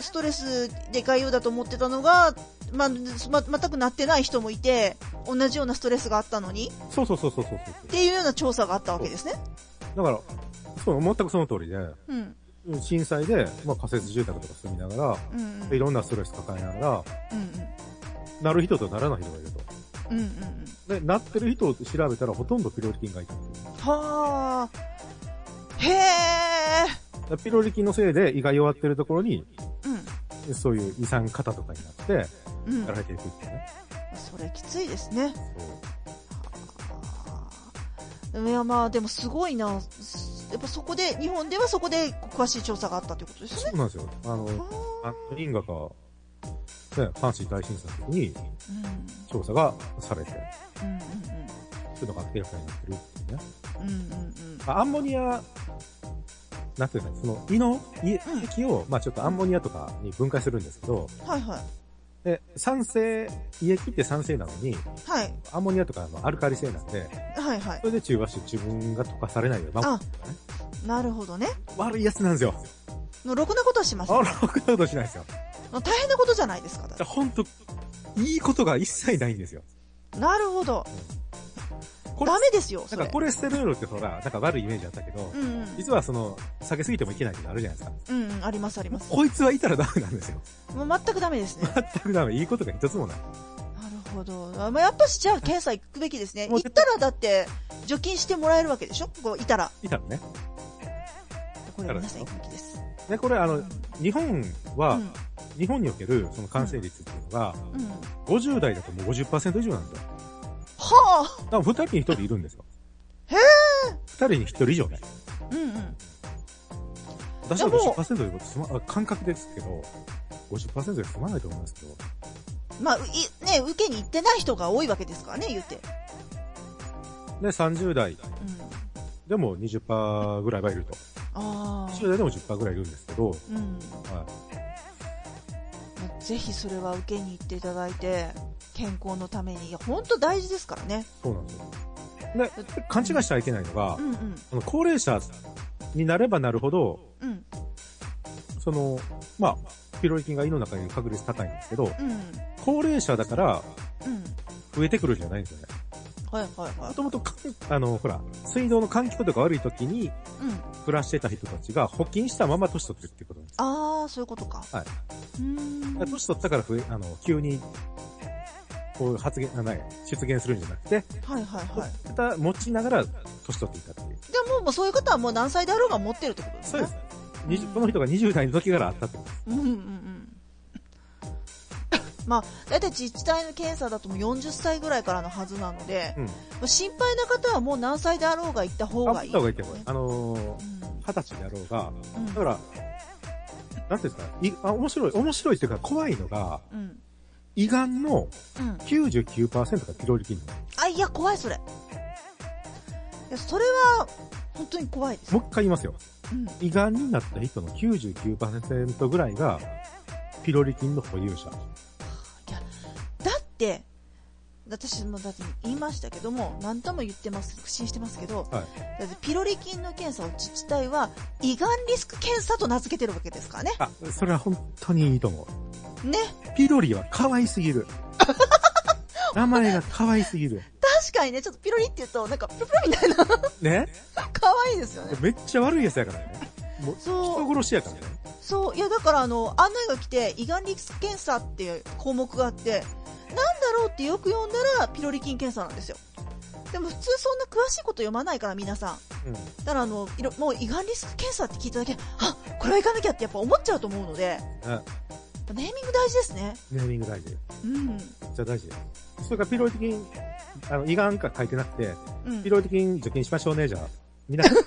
[SPEAKER 2] ストレスで概要だと思ってたのが、まあ、すま全くなってない人もいて同じようなストレスがあったのに
[SPEAKER 1] そうそうそうそうそう
[SPEAKER 2] っ
[SPEAKER 1] そ
[SPEAKER 2] ていうような調査があったわけですね
[SPEAKER 1] う。だから、そう、全くその通りで、
[SPEAKER 2] うん
[SPEAKER 1] 震災で、まあ仮設住宅とか住みなが
[SPEAKER 2] うんうん
[SPEAKER 1] ら、いろんなストレス抱えながら、
[SPEAKER 2] うん
[SPEAKER 1] なる人とならない人がいると。
[SPEAKER 2] うんうんうん
[SPEAKER 1] で、なってる人を調べたらほとんどピロリ菌がいたんですよ
[SPEAKER 2] はあへえ
[SPEAKER 1] だからピロリ菌のせいで胃が弱ってるところに、
[SPEAKER 2] う
[SPEAKER 1] そういう胃酸過多とかになって、
[SPEAKER 2] んうん
[SPEAKER 1] やられていくっていうね。
[SPEAKER 2] それきついですね
[SPEAKER 1] そう
[SPEAKER 2] いやまあでもすごいな、すやっぱそこで、日本ではそこで詳しい調査があったということです
[SPEAKER 1] そ
[SPEAKER 2] ね。
[SPEAKER 1] うなんですよ。あの、
[SPEAKER 2] は
[SPEAKER 1] あの因果が、ね、阪神大震災の時に
[SPEAKER 2] あうん
[SPEAKER 1] 調査がされて、
[SPEAKER 2] うん
[SPEAKER 1] そういうのが明らかになってるっていうね。
[SPEAKER 2] うんうんうんうん
[SPEAKER 1] まあアンモニア、なんていうの、その胃の胃
[SPEAKER 2] うん
[SPEAKER 1] 液を、まあちょっとアンモニアとかに分解するんですけど、
[SPEAKER 2] うんはいはい。
[SPEAKER 1] で、酸性、胃液って酸性なのに、
[SPEAKER 2] はい。
[SPEAKER 1] アンモニアとかのアルカリ性なんで、
[SPEAKER 2] はいはい
[SPEAKER 1] そ。れで中和して自分が溶かされないように守る
[SPEAKER 2] あ、なるほどね。
[SPEAKER 1] 悪いやつなんですよ。
[SPEAKER 2] のろくなことはしません。
[SPEAKER 1] あら、僕のことしないですよ。
[SPEAKER 2] 大変なことじゃないですか。だって
[SPEAKER 1] ほんと、いいことが一切ないんですよ。
[SPEAKER 2] なるほど。
[SPEAKER 1] コレ
[SPEAKER 2] ダメですよ、
[SPEAKER 1] な
[SPEAKER 2] そ
[SPEAKER 1] んか
[SPEAKER 2] れ。
[SPEAKER 1] コレステロールってほら、なんか悪いイメージあったけど
[SPEAKER 2] う、んうん。
[SPEAKER 1] 実はその、下げすぎてもいけないってのあるじゃないですか。
[SPEAKER 2] うんうん、ありますあります。
[SPEAKER 1] こいつはいたらダメなんですよ。
[SPEAKER 2] もう全くダメですね。なる
[SPEAKER 1] 全くダメ。いいことが一つもない。
[SPEAKER 2] ほど。あまあやっぱし、じゃあ検査行くべきですね。
[SPEAKER 1] も
[SPEAKER 2] 行
[SPEAKER 1] う
[SPEAKER 2] っ
[SPEAKER 1] 絶
[SPEAKER 2] たらだって、除菌してもらえるわけでしょこう、いたら。
[SPEAKER 1] いたらね。
[SPEAKER 2] これ皆さん行くべきです。
[SPEAKER 1] で、これあの、日本
[SPEAKER 2] う
[SPEAKER 1] は、
[SPEAKER 2] ん。
[SPEAKER 1] 日本におけるその感染率っていうのが、
[SPEAKER 2] うん。
[SPEAKER 1] 50代だともう50%以上なんですよ。
[SPEAKER 2] は
[SPEAKER 1] だから2人に1人いるんですよ。
[SPEAKER 2] へ
[SPEAKER 1] 2人に1人以上ね。
[SPEAKER 2] あうんうん。
[SPEAKER 1] 私
[SPEAKER 2] じゃ
[SPEAKER 1] は
[SPEAKER 2] あもう
[SPEAKER 1] 50%ということすま、あ感覚ですけど、50%で済まないと思いますけど、
[SPEAKER 2] まあ、い、ね、受けに行ってない人が多いわけですからね、言って。
[SPEAKER 1] で、30代
[SPEAKER 2] うん。
[SPEAKER 1] でも20%ぐらいはいると。
[SPEAKER 2] ああ。
[SPEAKER 1] 10代でも10%ぐらいいるんですけど、
[SPEAKER 2] うん。
[SPEAKER 1] は
[SPEAKER 2] ぜひそれは受けに行っていただいて、健康のために、いや本当大事ですからね。
[SPEAKER 1] そうなんですよ。で、勘違いしてはいけないのが
[SPEAKER 2] う、んうん。
[SPEAKER 1] あの高齢者になればなるほど、
[SPEAKER 2] うん。
[SPEAKER 1] その、まあ、ピロリ菌が胃の中にいる確率高いんですけど、
[SPEAKER 2] うん。
[SPEAKER 1] 高齢者だから
[SPEAKER 2] うん。
[SPEAKER 1] 増えてくるんじゃないんですよね。
[SPEAKER 2] はいはいは
[SPEAKER 1] も
[SPEAKER 2] い。
[SPEAKER 1] ともとか、あの、ほら、水道の環境とか悪い時に
[SPEAKER 2] うん。
[SPEAKER 1] 暮らしてた人たちが補菌したまま年取ってるってことなんですよ。
[SPEAKER 2] ああ、そういうことか。
[SPEAKER 1] はいう
[SPEAKER 2] ーん。
[SPEAKER 1] だから年取ったから増え、あの、急に、こう発言、あ、ない、出現するんじゃなくて、
[SPEAKER 2] はいはいはい。
[SPEAKER 1] ただ持ちながら年取っていたっていう。
[SPEAKER 2] でも、もうそういう方はもう何歳であろうが持ってるってことですね。。
[SPEAKER 1] 20この人が20代の時からあったってこと
[SPEAKER 2] うんうんうん。まあ、だいたい自治体の検査だともう40歳ぐらいからのはずなので、
[SPEAKER 1] うん
[SPEAKER 2] まあ心配な方はもう何歳であろうが行った方
[SPEAKER 1] あ
[SPEAKER 2] が
[SPEAKER 1] っ
[SPEAKER 2] いい、
[SPEAKER 1] た方がいいってこれ。あのー、
[SPEAKER 2] う
[SPEAKER 1] 二十歳であろうが、
[SPEAKER 2] ん。
[SPEAKER 1] だから、なんていうんですか、いあ面白い、面白いっていうか怖いのが、
[SPEAKER 2] うん。うん。
[SPEAKER 1] 胃がんの
[SPEAKER 2] うん。
[SPEAKER 1] 99%がピロリ菌なんです
[SPEAKER 2] あ、いや、怖い、それ。いや、それは、本当に怖いです。
[SPEAKER 1] もう一回言いますよ。
[SPEAKER 2] うん。
[SPEAKER 1] 胃がんになった人の99%ぐらいが、ピロリ菌の保有者。
[SPEAKER 2] だって、私もだって言いましたけども、何度も言ってます、苦心してますけど、
[SPEAKER 1] は
[SPEAKER 2] だってピロリ菌の検査を自治体は、胃がんリスク検査と名付けてるわけですからね。
[SPEAKER 1] あ、それは本当にいいと思う。
[SPEAKER 2] ね。
[SPEAKER 1] ピロリは可愛すぎ る。名前が可愛すぎる。
[SPEAKER 2] 確かにね、ちょっとピロリって言うと、なんか、ピロピロみたいな、
[SPEAKER 1] ね
[SPEAKER 2] 可愛いですよね。
[SPEAKER 1] めっちゃ悪いやつやからね。もう、
[SPEAKER 2] そう
[SPEAKER 1] 人殺しやからね。
[SPEAKER 2] そう、いや、だからあの、案内が来て、胃がんリスク検査っていう項目があって、なんだろうってよく読んだら、ピロリ菌検査なんですよ。でも普通そんな詳しいこと読まないから、皆さん。
[SPEAKER 1] うん。
[SPEAKER 2] だからあの、いろ、もう胃がんリスク検査って聞いただけで、あ、これは行かなきゃってやっぱ思っちゃうと思うので、やっ
[SPEAKER 1] あ
[SPEAKER 2] ぱネーミング大事ですね。
[SPEAKER 1] ネーミング大事。
[SPEAKER 2] うん。
[SPEAKER 1] めっちゃ大事です。それからピロリ菌、あの、胃がんか書いてなくて、
[SPEAKER 2] うん。
[SPEAKER 1] ピ
[SPEAKER 2] 行
[SPEAKER 1] ロリ菌受験しましょうね、じゃあ。みんな、聞
[SPEAKER 2] か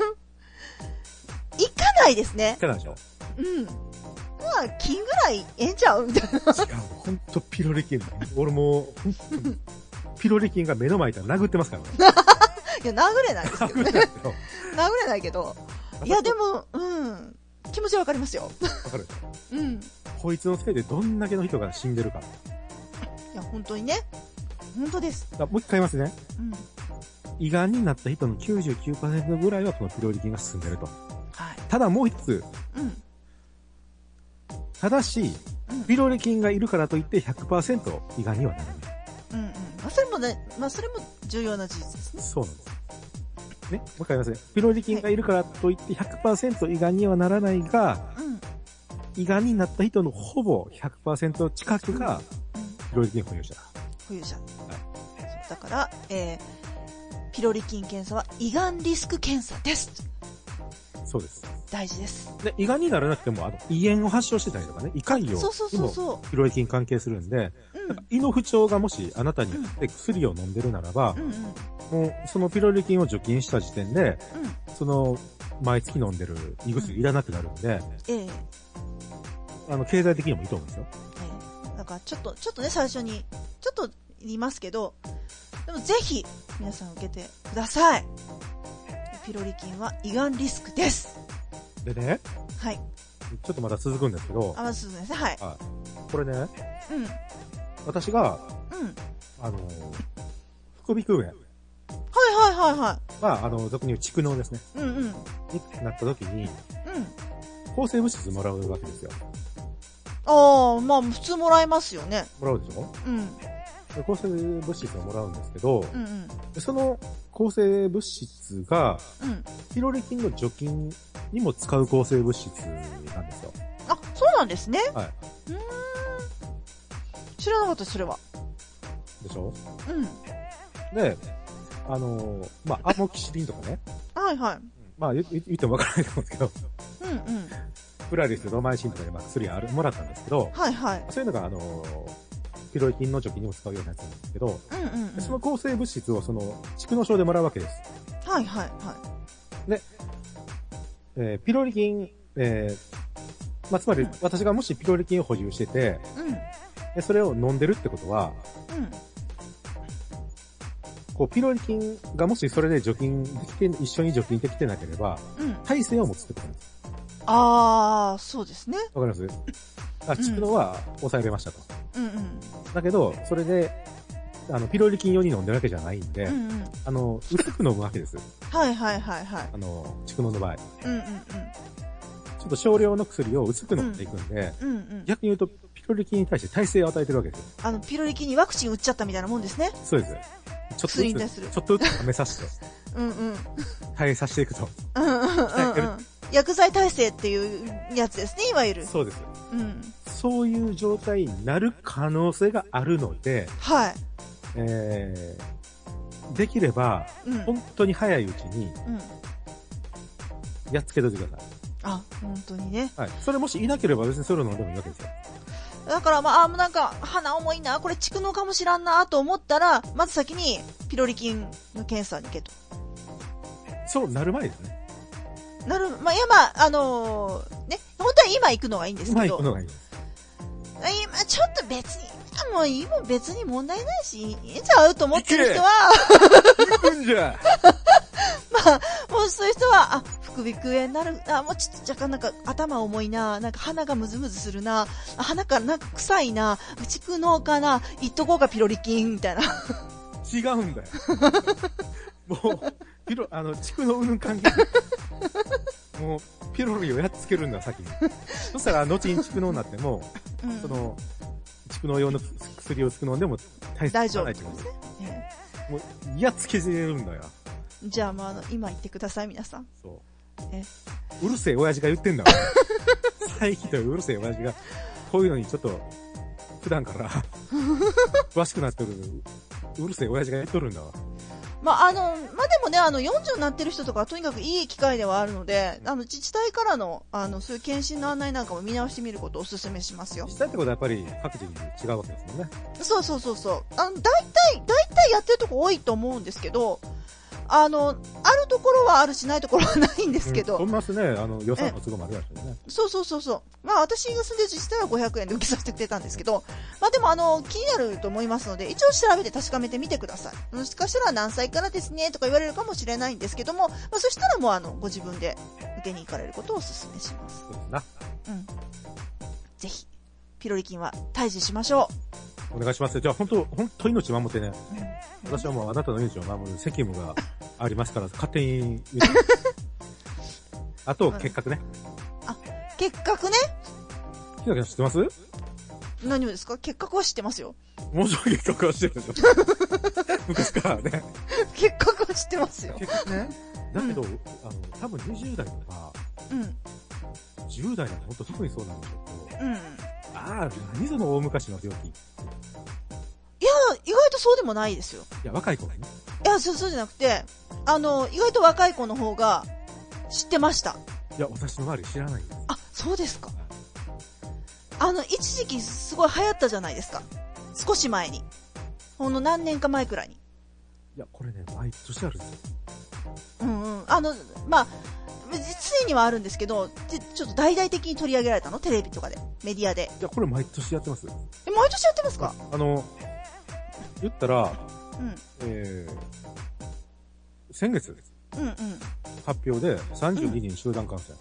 [SPEAKER 2] ないですね。
[SPEAKER 1] かないでしょ
[SPEAKER 2] うん。まあ、菌ぐらいええんちゃうみ たいな。
[SPEAKER 1] 違う、ほんとピロリ菌。俺もう、ほん とにピロリ菌が目の前いたら殴ってますからね。
[SPEAKER 2] いや、殴れないですけど
[SPEAKER 1] 殴
[SPEAKER 2] ね
[SPEAKER 1] っ。てますよ。
[SPEAKER 2] 殴れないけど。いや、でも、うん。気持ちはわかりますよ。
[SPEAKER 1] わかる。
[SPEAKER 2] うん。
[SPEAKER 1] こいつのせいでどんだけの人が死んでるか。だか
[SPEAKER 2] いや、本当にね。本当です。
[SPEAKER 1] らもう一回言いますね。
[SPEAKER 2] うん。
[SPEAKER 1] 胃がんになった人の99%ぐらいはこのピロリ菌が進んでると。
[SPEAKER 2] はい。
[SPEAKER 1] ただもう一つ、
[SPEAKER 2] うん。
[SPEAKER 1] ただし
[SPEAKER 2] うん、
[SPEAKER 1] ピロリ菌がいるからといって100%胃がんにはならない。
[SPEAKER 2] うんうん。まあ、それもね、まあ、それも重要な事実ですね。
[SPEAKER 1] そうなんです。ね、もう一回言いますね。ピロリ菌がいるからといって100%胃がんにはならないが、
[SPEAKER 2] うん。うん。
[SPEAKER 1] 胃がんになった人のほぼ100%近くがピロリ菌保有者だ。
[SPEAKER 2] 保有者。そうだから、えー、ピロリ菌検査は胃がんリスク検査です。
[SPEAKER 1] そうです。
[SPEAKER 2] 大事です。
[SPEAKER 1] で、胃がんにならなくても、あの、胃炎を発症してたりとかね、胃潰
[SPEAKER 2] そう
[SPEAKER 1] 瘍
[SPEAKER 2] そう
[SPEAKER 1] に
[SPEAKER 2] そう
[SPEAKER 1] も
[SPEAKER 2] そ
[SPEAKER 1] ピロリ菌関係するんで、
[SPEAKER 2] う。うん。
[SPEAKER 1] 胃の不調がもしあなたにあって薬を飲んでるならば
[SPEAKER 2] う、んうん。うん。
[SPEAKER 1] もうそのピロリ菌を除菌した時点で、その、毎月飲んでる胃薬いらなくなるんで、
[SPEAKER 2] えええ
[SPEAKER 1] あの、経済的にもいいと思うんですよ。
[SPEAKER 2] えだから、ちょっと、ちょっとね、最初に、ちょっと言いますけど、でもぜひ、皆さん受けてください。ピロリ菌は胃がんリスクです。
[SPEAKER 1] でね、
[SPEAKER 2] はい。
[SPEAKER 1] ちょっとまだ続くんですけど
[SPEAKER 2] あ、、まずそうですね。はい。
[SPEAKER 1] これね、
[SPEAKER 2] うん。
[SPEAKER 1] 私が、
[SPEAKER 2] うん。
[SPEAKER 1] あのー、副鼻腔炎。
[SPEAKER 2] はいはいはいは
[SPEAKER 1] まあ、あの、俗に言う蓄膿ですね。
[SPEAKER 2] い。うんうん。うん。
[SPEAKER 1] になった時に、抗生物質もらうわけですよ。
[SPEAKER 2] ああ、まあ普通もらえますよね。
[SPEAKER 1] もらうでしょ
[SPEAKER 2] うん。
[SPEAKER 1] で抗生物質をもらうんですけど、
[SPEAKER 2] うんうん。
[SPEAKER 1] でその抗生物質が、
[SPEAKER 2] うん。
[SPEAKER 1] ピロリ菌の除菌にも使う抗生物質なんですよ。
[SPEAKER 2] あ、そうなんですね。
[SPEAKER 1] はいう
[SPEAKER 2] ーん。知らなかった、それは。
[SPEAKER 1] でしょ
[SPEAKER 2] うん。
[SPEAKER 1] で、あのーまあ、アモキシリンとかね。
[SPEAKER 2] はいはい。
[SPEAKER 1] まあ、言言言ってもわからないと思うんですけど、
[SPEAKER 2] うんうん。
[SPEAKER 1] プラリスとロマイシンとかで、まあ、薬ある、もらったんですけど、
[SPEAKER 2] はいはい。
[SPEAKER 1] そういうのが、あのーピロリ菌の除菌にも使うようなやつなんですけど、
[SPEAKER 2] うんうん、うん。
[SPEAKER 1] その抗生物質をその、蓄膿症でもらうわけです。
[SPEAKER 2] はいはいは
[SPEAKER 1] えーピロリ菌、えーまあ、つまり私がもしピロリ菌を補充してて、
[SPEAKER 2] い。うん。うん。
[SPEAKER 1] でそれを飲んでるってことは、こう、ピロリ菌がもしそれで除菌できて、一緒に除菌できてなければ、
[SPEAKER 2] うん。
[SPEAKER 1] 耐性を持つってことなんです。
[SPEAKER 2] あー、そうですね。
[SPEAKER 1] わかりますあ、蓄膿は抑えれましたと。
[SPEAKER 2] うんうん。
[SPEAKER 1] だけど、それで、あの、ピロリ菌用に飲んでるわけじゃないんで、
[SPEAKER 2] うんうん。
[SPEAKER 1] あの、薄く飲むわけです。
[SPEAKER 2] はいはいはいはい。
[SPEAKER 1] あの、蓄膿の場合。ち
[SPEAKER 2] うんうん
[SPEAKER 1] ょっと少量の薬を薄く飲んでいくんで、
[SPEAKER 2] うん。うんうん。
[SPEAKER 1] 逆に言うと、ピロリ菌に対して耐性を与えてるわけですよ。
[SPEAKER 2] あの、ピロリ菌にワクチン打っちゃったみたいなもんですね。
[SPEAKER 1] そうです。ちょっとずつ、
[SPEAKER 2] 薬に対する
[SPEAKER 1] ちょっとずつ試させて、
[SPEAKER 2] うんうん。
[SPEAKER 1] 耐えさせていくと。
[SPEAKER 2] うんうんうんうん。薬剤耐性っていうやつですね、いわゆる。
[SPEAKER 1] そうです。
[SPEAKER 2] うん。
[SPEAKER 1] そういう状態になる可能性があるので、
[SPEAKER 2] はい。
[SPEAKER 1] えー、できれば、
[SPEAKER 2] うん。うん。
[SPEAKER 1] 本当に早いうちに、やっつけといてくださ
[SPEAKER 2] あ、本当にね。
[SPEAKER 1] い。はい。それもしいなければ別にそれを飲んでもいいわけですよ。
[SPEAKER 2] だから、まあ、あもうなんか、鼻重いな、これ蓄膿かもしらんな、と思ったら、まず先に、ピロリ菌の検査に行けと。
[SPEAKER 1] そうなる前ですね。
[SPEAKER 2] なる、まあ、いや、まあ、あのーね、本当は今行くのがいいんです
[SPEAKER 1] 前
[SPEAKER 2] け
[SPEAKER 1] 行
[SPEAKER 2] ど
[SPEAKER 1] く、のがいいです。
[SPEAKER 2] あ今、ちょっと別に、あもう今別に問題ないし、いいんちゃうと思ってる人は、
[SPEAKER 1] 行くんじゃ
[SPEAKER 2] まあ、もうそういう人は、あ、副鼻腔炎になる、あ、もうちょっと若干なんか頭重いな、なんか鼻がムズムズするな、あ鼻かなんか臭いな、蓄膿かな、言っとこうかピロリ菌、みたいな。
[SPEAKER 1] 違うんだよ。もう、ピロ、あの、地区のうんぬん関係ない。もう、ピロリをやっつけるんだ、先に。そしたら、後に地区のになっても、
[SPEAKER 2] うん
[SPEAKER 1] その、蓄膿用の薬を作飲んでも大
[SPEAKER 2] 大
[SPEAKER 1] 切
[SPEAKER 2] 丈
[SPEAKER 1] なな
[SPEAKER 2] 夫
[SPEAKER 1] いってことです。
[SPEAKER 2] え
[SPEAKER 1] もう、やっつけじれるんだよ。
[SPEAKER 2] えじゃあ、まあ、あの、今言ってください、皆さん。
[SPEAKER 1] そう
[SPEAKER 2] え。
[SPEAKER 1] うるせえ親父が言ってんだから。最近といううるせえ親父が、こういうのにちょっと、普段 から、詳しくなってる、うるせえ親父が言っとるんだわ。
[SPEAKER 2] まあ、あの、まあ、でもね、あの、40になってる人とかはとにかくいい機会ではあるので、あの、自治体からの、あの、そういう検診の案内なんかも見直してみることをお勧めしますよ
[SPEAKER 1] 実。際ってことはやっぱり各自に違うわけですもんね。
[SPEAKER 2] そうそうそうそう。あの、大体、大体やってるとこ多いと思うんですけど、あの、あるところはあるしないところはないんですけど、
[SPEAKER 1] うん、そんなすね、あの、予算の都合もあるやつね。
[SPEAKER 2] そうそうそうそう。まあ私が住んでる自治体は500円で受けさせてくれたんですけど、まあでもあの、気になると思いますので、一応調べて確かめてみてください。もしかしたら何歳からですね、とか言われるかもしれないんですけども、まあそしたらもうあの、ご自分で受けに行かれることをお勧めします。
[SPEAKER 1] そうですな。
[SPEAKER 2] うん。ぜひ、ピロリ菌は退治しましょ
[SPEAKER 1] お願いしますよ。じゃあ本当、本当命守ってね。
[SPEAKER 2] う。うん
[SPEAKER 1] 私はもうあなたの命を守る責務がありますから、勝手 に言って。あと、結核ね。
[SPEAKER 2] 結核ね、
[SPEAKER 1] ひなきゃん知ってます
[SPEAKER 2] 何をですか結核は知ってますよ。
[SPEAKER 1] もうちょい結核は知 ってるでしょ昔からね。
[SPEAKER 2] 結核は知ってますよ。
[SPEAKER 1] 結核ね。だけど、あの、多分20代とか、
[SPEAKER 2] うん、う
[SPEAKER 1] 10代なんて本当特にそうなんでしょうけど、
[SPEAKER 2] ん。
[SPEAKER 1] ああ、何その大昔の病気。い
[SPEAKER 2] あ意外とそうでもないですよ。
[SPEAKER 1] や、若い子がね。
[SPEAKER 2] いや、そう、そうじゃなくて、あの、意外と若い子の方が知ってました。
[SPEAKER 1] いや、私の周り知らないんです。
[SPEAKER 2] あ、そうですか。あの、一時期すごい流行ったじゃないですか。少し前に。ほんの何年か前くらいに。
[SPEAKER 1] いや、これね、毎年あるんですよ。
[SPEAKER 2] うんうん。あの、まあ、ついにはあるんですけど、ちちょっと大々的に取り上げられたのテレビとかで。メディアで。
[SPEAKER 1] いや、これ毎年やってます。
[SPEAKER 2] え、毎年やってますか
[SPEAKER 1] あの、言ったら、
[SPEAKER 2] うん。
[SPEAKER 1] えー、先月
[SPEAKER 2] うんうん。
[SPEAKER 1] 発表で32人集団感染。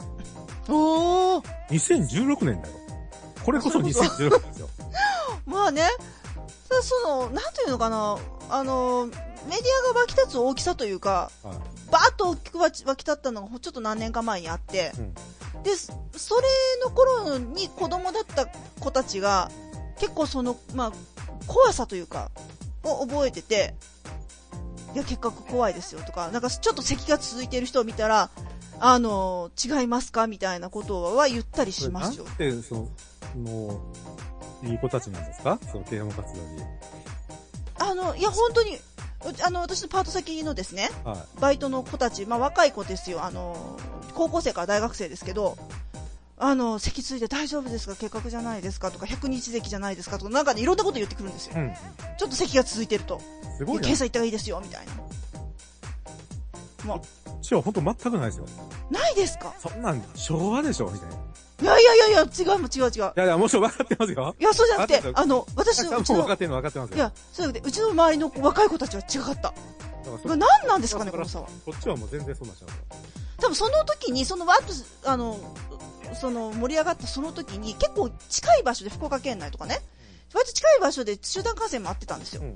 [SPEAKER 2] おー。
[SPEAKER 1] 2016年だよ。これこそ
[SPEAKER 2] そういうこ
[SPEAKER 1] 2016年 ですよ。
[SPEAKER 2] まあね、ただその、なんていうのかな、あの、メディアが湧き立つ大きさというか、
[SPEAKER 1] はい
[SPEAKER 2] バーッと大きく湧き立ったのがちょっと何年か前にあって、
[SPEAKER 1] うん
[SPEAKER 2] で、そそれの頃に子供だった子たちが、結構その、まあ、怖さというか、を覚えてて、いや、結核怖いですよとか、なんかちょっと咳が続いている人を見たら、あの、違いますかみたいなことは言ったりしますよ。
[SPEAKER 1] なんて、その、もう、いい子たちなんですかその啓蒙活動に。
[SPEAKER 2] あの、いや、本当に、あの、私のパート先のですね、
[SPEAKER 1] は
[SPEAKER 2] バイトの子たち、まあ若い子ですよ、あの、高校生から大学生ですけど、あの、咳ついて大丈夫ですか結核じゃないですかとか、百日咳じゃないですかとか、なんかね、いろんなこと言ってくるんですよ
[SPEAKER 1] い。。うん。
[SPEAKER 2] ちょっと咳が続いてると。
[SPEAKER 1] すごいな
[SPEAKER 2] 検。査行った方がいいですよ、みたいな。
[SPEAKER 1] 一応ほんと全くないですよ。
[SPEAKER 2] ないですか
[SPEAKER 1] そんなん、昭和でしょみたいな。い
[SPEAKER 2] いやいやいやいや、違うもん違う違う。
[SPEAKER 1] やいや、もう分かってますよ。
[SPEAKER 2] いや、そうじゃなくて
[SPEAKER 1] あそう、
[SPEAKER 2] あの、私の、
[SPEAKER 1] も
[SPEAKER 2] う
[SPEAKER 1] う
[SPEAKER 2] ち
[SPEAKER 1] 分
[SPEAKER 2] の
[SPEAKER 1] か、ってるの分かってますよ。
[SPEAKER 2] いや、そうじゃなくて、うちの周りの若い子たちは違かった。
[SPEAKER 1] だからそ
[SPEAKER 2] 何なんですかね、この差は。
[SPEAKER 1] こっちはもう全然そうなっちゃう。
[SPEAKER 2] 多分その時に、そのわっと、あの、その盛り上がったその時に、結構近い場所で、福岡県内とかね、割と近い場所で集団感染もあってたんですよ。
[SPEAKER 1] うん。い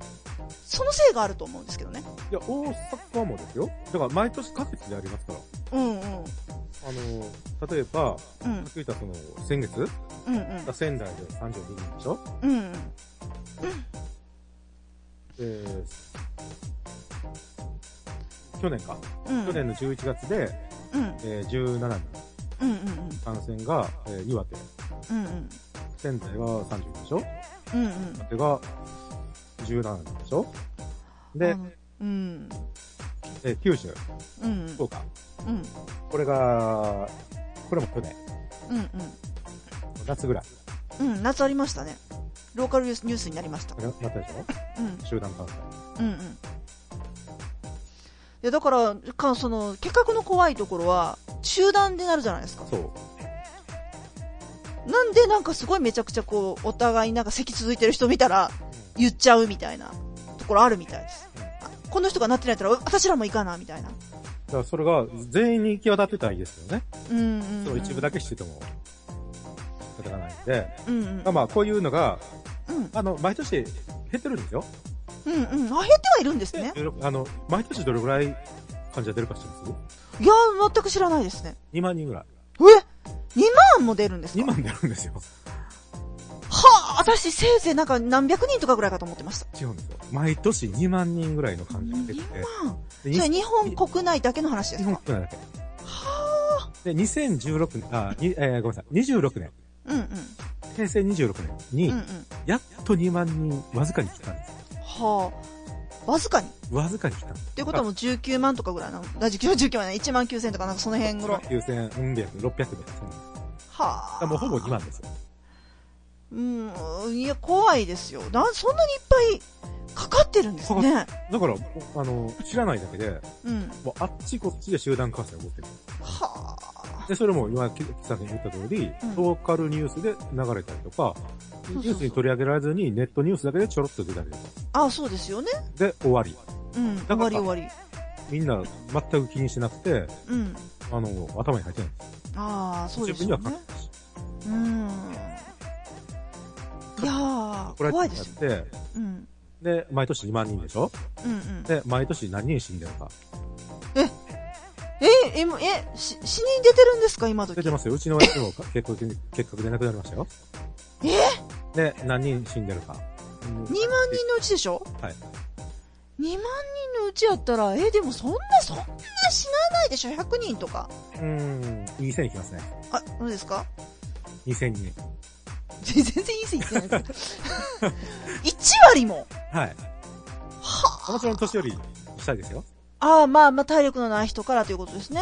[SPEAKER 2] そのせいがあると思うんですけどね。
[SPEAKER 1] や、大阪もですよ。だから毎年各地でありますから。
[SPEAKER 2] うんうん。
[SPEAKER 1] あの、例えば、
[SPEAKER 2] うん
[SPEAKER 1] さっき言ったその、先月、
[SPEAKER 2] うんうん。
[SPEAKER 1] 仙台で32人でしょ
[SPEAKER 2] うんうん。
[SPEAKER 1] えー去年か。
[SPEAKER 2] うん。
[SPEAKER 1] 去年の11月で、
[SPEAKER 2] うん
[SPEAKER 1] えー17人
[SPEAKER 2] うんうんうん。
[SPEAKER 1] 感染が、えー岩手、
[SPEAKER 2] うんうん。
[SPEAKER 1] 仙台が30でしょ
[SPEAKER 2] うんうん。
[SPEAKER 1] 岩手が17人でしょで
[SPEAKER 2] あ、の、うん。
[SPEAKER 1] えー九州、
[SPEAKER 2] うんうん。
[SPEAKER 1] 福岡。
[SPEAKER 2] うん
[SPEAKER 1] これが、これも去年、
[SPEAKER 2] うん
[SPEAKER 1] 夏ぐらい。
[SPEAKER 2] うん。うん、夏ありましたね。ローカルニュースになりました
[SPEAKER 1] あ。れなったでしょ
[SPEAKER 2] うん。
[SPEAKER 1] 集団感染。
[SPEAKER 2] うんうん。いや、だから、かその、結核の怖いところは、集団でなるじゃないですか。
[SPEAKER 1] そう。
[SPEAKER 2] なんで、なんかすごいめちゃくちゃこう、お互いなんか咳続いてる人見たら、言っちゃうみたいなところあるみたいです。あこの人がなってないったら、私らも行かな、みたいな。
[SPEAKER 1] だからそれが全員に行き渡ってたらいいですよね。
[SPEAKER 2] うんうん、うん。
[SPEAKER 1] その一部だけしてても、仕方がないんで。
[SPEAKER 2] うんうん。
[SPEAKER 1] まあまあ、こういうのが、
[SPEAKER 2] うん
[SPEAKER 1] あの、毎年減ってるんですよ。
[SPEAKER 2] うんうん。あ、減ってはいるんですね。
[SPEAKER 1] 16あの、毎年どれぐらい患者出るか知ってます
[SPEAKER 2] いや、全く知らないですね。
[SPEAKER 1] ?2 万人ぐらい。
[SPEAKER 2] え ?2 万も出るんですか
[SPEAKER 1] 2万出るんですよ。
[SPEAKER 2] はあ、私せいぜいなんか何百人とかぐらいかと思ってました。
[SPEAKER 1] 違うんですよ。毎年2万人ぐらいの患者が出て
[SPEAKER 2] 2万。
[SPEAKER 1] て。
[SPEAKER 2] それ日本国内だけの話で
[SPEAKER 1] 日
[SPEAKER 2] す
[SPEAKER 1] 本
[SPEAKER 2] か
[SPEAKER 1] 国内だけ。で、2016年、あ、にえーごめんなさい。26年、
[SPEAKER 2] うんうん。
[SPEAKER 1] 平成26年
[SPEAKER 2] うんうん
[SPEAKER 1] に、。やっと2万人、わずかに来たんですよ。
[SPEAKER 2] はあ。わずかに。っ
[SPEAKER 1] わずかに来たんです。
[SPEAKER 2] ていうことはもう19万とかぐらいなの。あ19 19万ね。1万9000とかなんかその辺ぐらい。
[SPEAKER 1] 9000、うん、600ぐらいですね。
[SPEAKER 2] はあ。
[SPEAKER 1] もうほぼ2万ですよ。
[SPEAKER 2] うん。いや、怖いですよ。なん、そんなにいっぱいかかってるんですね。
[SPEAKER 1] だから、あの、知らないだけで、
[SPEAKER 2] うん。
[SPEAKER 1] もうあっちこっちで集団感染が起こってる。
[SPEAKER 2] はあ。
[SPEAKER 1] で、それも今、きさんに言った通り、
[SPEAKER 2] うん
[SPEAKER 1] ローカルニュースで流れたりとか、
[SPEAKER 2] そうそう
[SPEAKER 1] ニュースに取り上げられずにネットニュースだけでちょろっと出たりとか。
[SPEAKER 2] あ、そうですよね。
[SPEAKER 1] で、終わり。
[SPEAKER 2] うん。終
[SPEAKER 1] ら
[SPEAKER 2] わり終わり。
[SPEAKER 1] みんな全く気にしてなくて、
[SPEAKER 2] うん。
[SPEAKER 1] あの、頭に入ってないんです。
[SPEAKER 2] ああ、そうです
[SPEAKER 1] 自分には
[SPEAKER 2] よね
[SPEAKER 1] 関。係ないし。
[SPEAKER 2] うん。いやー、
[SPEAKER 1] これ
[SPEAKER 2] 怖いですよ。
[SPEAKER 1] って、
[SPEAKER 2] うん。
[SPEAKER 1] で、毎年2万人でしょ
[SPEAKER 2] うんうん。
[SPEAKER 1] で、毎年何人死んでるか。
[SPEAKER 2] え、え、もえ、し死に出てるんですか今時。
[SPEAKER 1] 出てますよ。うちの親父も 結構結核で亡くなりましたよ。
[SPEAKER 2] え
[SPEAKER 1] で、何人死んでるか。2
[SPEAKER 2] ?2 万人のうちでしょ
[SPEAKER 1] はい。
[SPEAKER 2] ?2 万人のうちやったら、え、でもそんな、そんな死なないでしょ ?100 人とか。
[SPEAKER 1] うーん、2000いきますね。
[SPEAKER 2] あ、どうですか
[SPEAKER 1] 2000人。
[SPEAKER 2] 全然いい線いってない ですけど。1割も
[SPEAKER 1] はい。
[SPEAKER 2] は
[SPEAKER 1] もちろん年よりしたいですよ。
[SPEAKER 2] ああ、まあまあ体力のない人からということですね。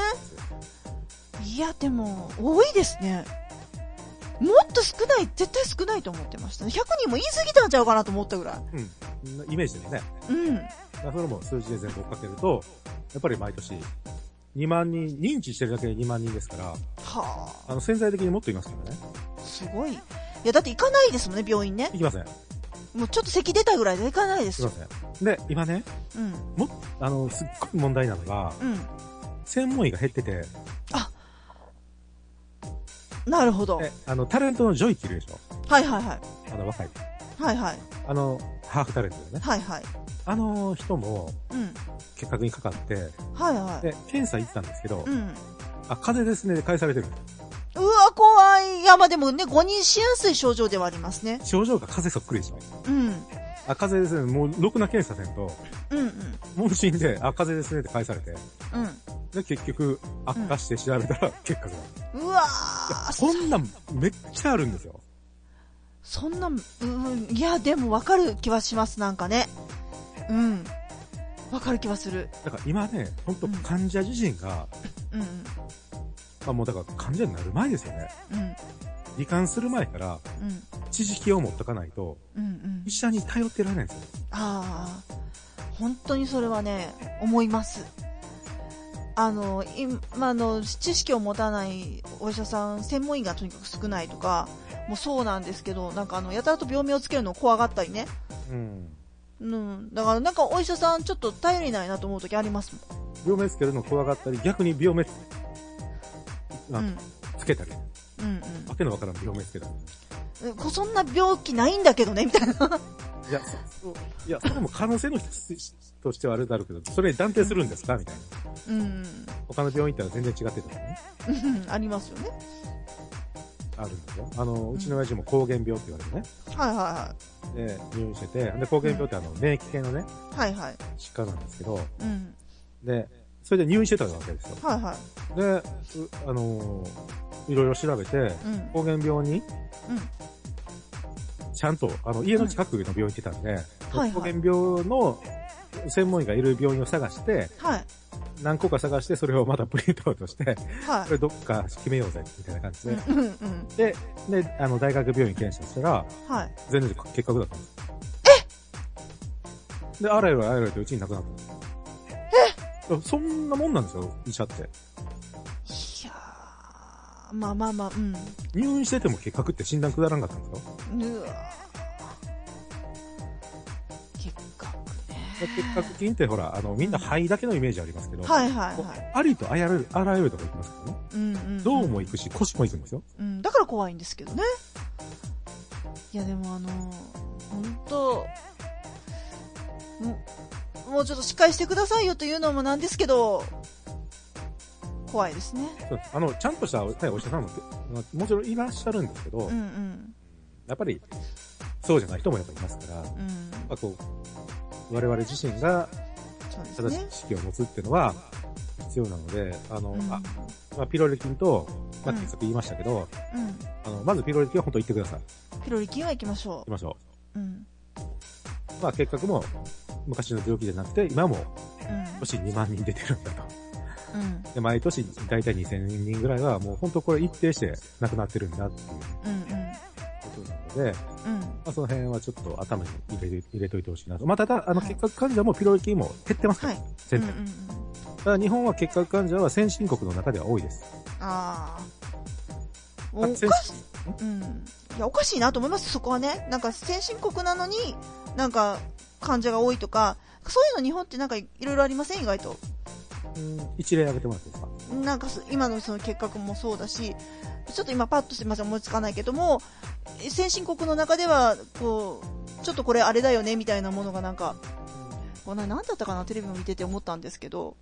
[SPEAKER 2] いや、でも、多いですね。もっと少ない、絶対少ないと思ってましたね。100人も言い過ぎたんちゃうかなと思ったぐらい。
[SPEAKER 1] うん。イメージですね。
[SPEAKER 2] うん。
[SPEAKER 1] だからそれも数字で全部追っかけると、やっぱり毎年、2万人、認知してるだけで2万人ですから、
[SPEAKER 2] は
[SPEAKER 1] あの、潜在的にもっといますからね。
[SPEAKER 2] あ、すごい。いや、だって行かないですもんね、病院ね。
[SPEAKER 1] いきません。い
[SPEAKER 2] もうちょっと咳出たぐらいで行かないです
[SPEAKER 1] きま
[SPEAKER 2] よ。
[SPEAKER 1] せん。で、今ね、
[SPEAKER 2] うん。
[SPEAKER 1] あの、すっごい問題なのが、
[SPEAKER 2] う
[SPEAKER 1] 専門医が減ってて、
[SPEAKER 2] ん。なるほど。
[SPEAKER 1] であの、タレントのジョイっているでしょ
[SPEAKER 2] はいはいはい。
[SPEAKER 1] あの、若い。
[SPEAKER 2] はいはい。
[SPEAKER 1] あの、ハーフタレントだよね。
[SPEAKER 2] はいはい。
[SPEAKER 1] あの人も、
[SPEAKER 2] うん。
[SPEAKER 1] 結核にかかって、
[SPEAKER 2] はいはい。
[SPEAKER 1] で、検査行ったんですけど、
[SPEAKER 2] うん。
[SPEAKER 1] あ、風邪ですね、返されてる。
[SPEAKER 2] うわ、怖い。いや、まあでもね、誤認しやすい症状ではありますね。
[SPEAKER 1] 症状が風邪そっくりでしょ
[SPEAKER 2] うん。
[SPEAKER 1] あ、風邪ですね、もう、ろくな検査せんと、
[SPEAKER 2] うんうん。
[SPEAKER 1] 問診で、あ、風邪ですねって返されて、
[SPEAKER 2] う
[SPEAKER 1] で、結局、悪化して調べたら、結核だった。
[SPEAKER 2] ん。うわー
[SPEAKER 1] こんなんめっちゃあるんですよ。
[SPEAKER 2] そんな、うん、いや、でもわかる気はします、なんかね。うん。わかる気はする。
[SPEAKER 1] だから今ね、ほんと
[SPEAKER 2] うん
[SPEAKER 1] 患者自身が、
[SPEAKER 2] うん、
[SPEAKER 1] まあもうだから患者になる前ですよね。
[SPEAKER 2] うん、
[SPEAKER 1] 罹患する前から、
[SPEAKER 2] うん、
[SPEAKER 1] 知識を持っとかないと、
[SPEAKER 2] うん、うん
[SPEAKER 1] 医。者に頼ってられないんですよ。
[SPEAKER 2] ああ、本当にそれはね、思います。あの、今の知識を持たないお医者さん、専門医がとにかく少ないとか、もうそうなんですけど、なんかあの、やたらと病名をつけるのを怖がったりね。
[SPEAKER 1] うん。
[SPEAKER 2] うん。だからなんかお医者さんちょっと頼りないなと思う時あります
[SPEAKER 1] 病名つけるの怖がったり、逆に病名つ
[SPEAKER 2] もん。うん。
[SPEAKER 1] つけたり、
[SPEAKER 2] うん
[SPEAKER 1] わけのわからん病名つけたり。
[SPEAKER 2] うん。こそんな病気ないんだけどね、みたいな。
[SPEAKER 1] いや、そそいや、それも可能性の一つとしてはあれだろうけど、それに断定するんですかみたいな。
[SPEAKER 2] うん。
[SPEAKER 1] 他の病院行ったら全然違ってたからね。
[SPEAKER 2] うんありますよね。
[SPEAKER 1] あるんですよ。あの、うちの親父も膠原病って言われてね。
[SPEAKER 2] はいは
[SPEAKER 1] で、入院してて、で、膠原病ってあの、免疫系のね、
[SPEAKER 2] いはい。はいはい。
[SPEAKER 1] 疾患なんですけど、
[SPEAKER 2] うん。
[SPEAKER 1] で、それで入院してたわけですよ。
[SPEAKER 2] はいはい。
[SPEAKER 1] で、うあのーいろいろ調べて、
[SPEAKER 2] うん。
[SPEAKER 1] 膠原病に、ちゃんと、あの、家の近くの病院行ってたんで、
[SPEAKER 2] はい
[SPEAKER 1] 抗原病の専門医がいる病院を探して、
[SPEAKER 2] はい。
[SPEAKER 1] 何個か探して、それをまたプリントアウトして、
[SPEAKER 2] は
[SPEAKER 1] それどっか決めようぜ、みたいな感じ
[SPEAKER 2] い。うんうんうん。
[SPEAKER 1] で。で、で、あの、大学病院検診したら、
[SPEAKER 2] はい。
[SPEAKER 1] 全然結核だったんですえで、あらゆるあらゆるとうちになくなったんですえそんなもんなんですよ、医者って。
[SPEAKER 2] いやーまあまあまあ、うん。
[SPEAKER 1] 入院してても結核って診断下らんかったんですよ。
[SPEAKER 2] うわー結核ね。
[SPEAKER 1] で結核菌ってほら、あの、みんな肺だけのイメージありますけど、
[SPEAKER 2] はいはいはい。
[SPEAKER 1] ありとあらゆる、あらゆるとこ行きますからね。
[SPEAKER 2] うんうん。
[SPEAKER 1] どうも行くし、腰も行くんですよ。
[SPEAKER 2] うん、だから怖いんですけどね。いや、でもあのー、本当もう、もうちょっとしっかりしてくださいよというのもなんですけど、怖いですね。
[SPEAKER 1] そうですあの、ちゃんとしたお,、はい、お医者さんも、まあもちろんいらっしゃるんですけど、
[SPEAKER 2] うんうん。
[SPEAKER 1] やっぱり、そうじゃない人もやっぱいますから、やっ
[SPEAKER 2] うん。
[SPEAKER 1] ぱこう、我々自身が
[SPEAKER 2] そうです
[SPEAKER 1] 正し
[SPEAKER 2] ね
[SPEAKER 1] い。知識を持つっていうのは必要なので、あの、
[SPEAKER 2] うん
[SPEAKER 1] あまあ、ピロリ菌と、まあ、
[SPEAKER 2] うん
[SPEAKER 1] さっき言いましたけど、
[SPEAKER 2] うん。
[SPEAKER 1] あの、まずピロリ菌は本当行ってください。
[SPEAKER 2] ピロリ菌は行きましょ
[SPEAKER 1] 行きましょ
[SPEAKER 2] う。うん。
[SPEAKER 1] う。まあ、結核も昔の病気じゃなくて、今も
[SPEAKER 2] う
[SPEAKER 1] 年2万人出てるんだと。
[SPEAKER 2] ん。うん。
[SPEAKER 1] で、毎年大体2000人ぐらいはもう本当これ一定して亡くなってるんだっていう
[SPEAKER 2] うん。
[SPEAKER 1] ことなので、
[SPEAKER 2] うん。
[SPEAKER 1] まあ、その辺はちょっと頭に入れて入れといてほしいなと。まあ、ただ、あの、結核患者もピロリ菌も減ってますから、
[SPEAKER 2] はいうん。
[SPEAKER 1] 全
[SPEAKER 2] うん。う
[SPEAKER 1] 体。
[SPEAKER 2] ん。
[SPEAKER 1] ただ、日本は結核患者は先進国の中では多いです。
[SPEAKER 2] ああ。お
[SPEAKER 1] あ
[SPEAKER 2] かし
[SPEAKER 1] 先進
[SPEAKER 2] うん。いや、おかしいなと思います、そこはね。なんか、先進国なのに、なんか、患者が多いとか、そういうの日本ってなんかいろいろありません、意外と。
[SPEAKER 1] うん一例挙げてもらっていいですか
[SPEAKER 2] なんかそ、今のその結核もそうだし、ちょっと今パッとすみません、思いつかないけども、先進国の中では、こう、ちょっとこれあれだよね、みたいなものがなんか、こんな、なんだったかな、テレビを見てて思ったんですけど、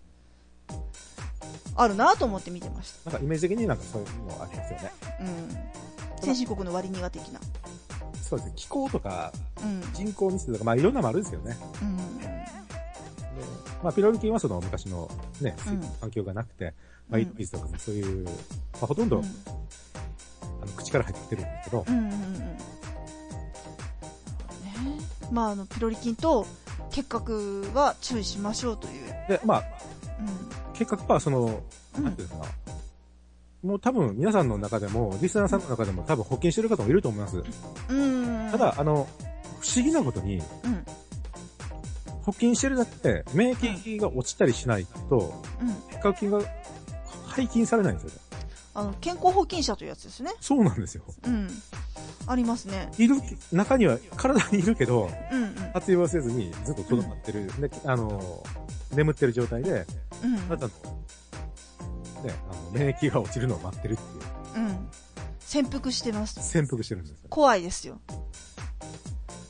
[SPEAKER 2] あるなと思って見てまし
[SPEAKER 1] なんかイメージ的になんかそういうのありますよね。
[SPEAKER 2] た。うん。先進国の割には的な。
[SPEAKER 1] そうですね。気候とか
[SPEAKER 2] うん。
[SPEAKER 1] 人口密度とか、まあいろんなのもあるんですよね。
[SPEAKER 2] うん。
[SPEAKER 1] まあピロリ菌はその昔のね
[SPEAKER 2] うん、
[SPEAKER 1] 環境がなくて、まあ
[SPEAKER 2] うん
[SPEAKER 1] 井戸水とかもそういう、まあほとんど、
[SPEAKER 2] うん
[SPEAKER 1] あの口から入ってきてるんですけど
[SPEAKER 2] う、んうんうんねまあ、あのピロリ菌と結核は注意しましょうという、
[SPEAKER 1] で、まあ
[SPEAKER 2] う
[SPEAKER 1] 結核はその、
[SPEAKER 2] んう
[SPEAKER 1] なん
[SPEAKER 2] ん
[SPEAKER 1] ていうのかな。もう多分皆さんの中でも、リスナーさんの中でも多分保険してる方もいると思います。
[SPEAKER 2] うん、
[SPEAKER 1] ただ、あの、不思議なことに、
[SPEAKER 2] うん、うん
[SPEAKER 1] 保険してるだけで免疫が落ちたりしないと、結核菌が廃菌されないんですよね。
[SPEAKER 2] あの健康保菌者というやつですね、
[SPEAKER 1] そうなんですよ。
[SPEAKER 2] うん、ありますね、
[SPEAKER 1] いる、中には、体にいるけど、
[SPEAKER 2] うんうん
[SPEAKER 1] 発用はせずにずっととどまってる、で、あの、眠ってる状態で、
[SPEAKER 2] うん
[SPEAKER 1] あなたの、ね、あの、免疫が落ちるのを待ってるっていう、
[SPEAKER 2] うん、潜伏してます、
[SPEAKER 1] 潜伏してるんですよ。
[SPEAKER 2] 怖いですよ、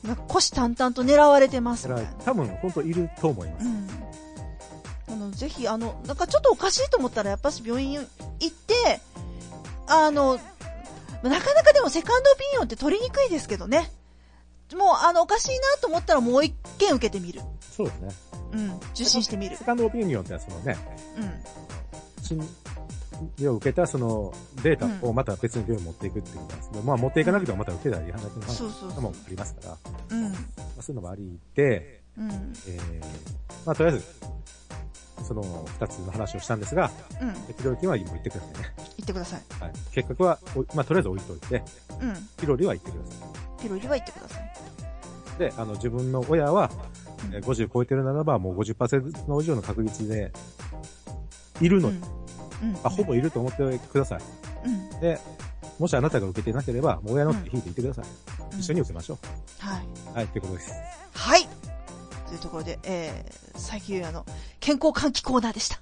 [SPEAKER 2] なんか虎視眈々と狙われてます
[SPEAKER 1] そ
[SPEAKER 2] み
[SPEAKER 1] れ
[SPEAKER 2] たい
[SPEAKER 1] は
[SPEAKER 2] な。
[SPEAKER 1] 多分本当いると思います。
[SPEAKER 2] うんあのぜひあのなんかちょっとおかしいと思ったらやっぱし病院行ってあのなかなかでもセカンドオピニオンって取りにくいですけどねもう、あの、おかしいなと思ったらもう一件受けてみる。
[SPEAKER 1] そうですね。
[SPEAKER 2] うん。受診してみる
[SPEAKER 1] セ。カンドオピニオンってのはそのね、
[SPEAKER 2] うん。
[SPEAKER 1] 診療を受けたそのデータをまた別の病院に持っていくっていうことなんですけど、まあ持っていかなくてもまた受けたり、話の話
[SPEAKER 2] そうそうそ
[SPEAKER 1] も
[SPEAKER 2] う。
[SPEAKER 1] ありますから、ま
[SPEAKER 2] うん。
[SPEAKER 1] あ、そういうのもありで、
[SPEAKER 2] うん。うん。
[SPEAKER 1] えー、まあとりあえず、その二つの話をしたんですが、
[SPEAKER 2] 言
[SPEAKER 1] 適量菌はもう言ってくださいね。
[SPEAKER 2] ってください。
[SPEAKER 1] はい。結核はお、まあとりあえず置いといて、
[SPEAKER 2] うん。
[SPEAKER 1] ピロリは言ってくださ
[SPEAKER 2] ピロリは言ってください。
[SPEAKER 1] い。で、あの、自分の親は、
[SPEAKER 2] うん
[SPEAKER 1] えー50超えてるならば、もう50%の以上の確率で、いるので、
[SPEAKER 2] うん。うん
[SPEAKER 1] あ、ほぼいると思ってください。
[SPEAKER 2] うん。
[SPEAKER 1] で、もしあなたが受けてなければ、もう親の手引いていってください。
[SPEAKER 2] うん
[SPEAKER 1] 一緒に受けましょ
[SPEAKER 2] はい。
[SPEAKER 1] う。はい、ということです。
[SPEAKER 2] はい。というところで、えー、最近あの、健康喚起コーナーでした。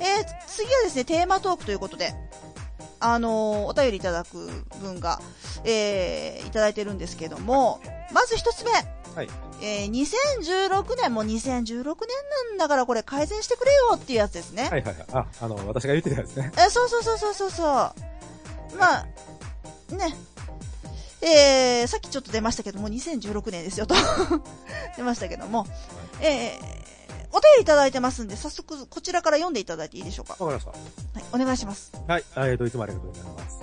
[SPEAKER 2] えー、次はですね、テーマトークということで、あのーお便りいただく分が、えー、いただいてるんですけども、まず一つ目。
[SPEAKER 1] はい。
[SPEAKER 2] えー、2016年、もう2016年なんだからこれ改善してくれよっていうやつですね。
[SPEAKER 1] はいはいはい。あ、あの、私が言ってたやつね。
[SPEAKER 2] えそうそうそうそうそうそうまあねえー、さっきちょっと出ましたけども2016年ですよと 出ましたけども、えー、お便りいただいてますんで早速こちらから読んでいただいていいでしょうか、
[SPEAKER 1] わかりまし
[SPEAKER 2] はい、お願いします、
[SPEAKER 1] た。はい。あえっと、いつもありがとうございます。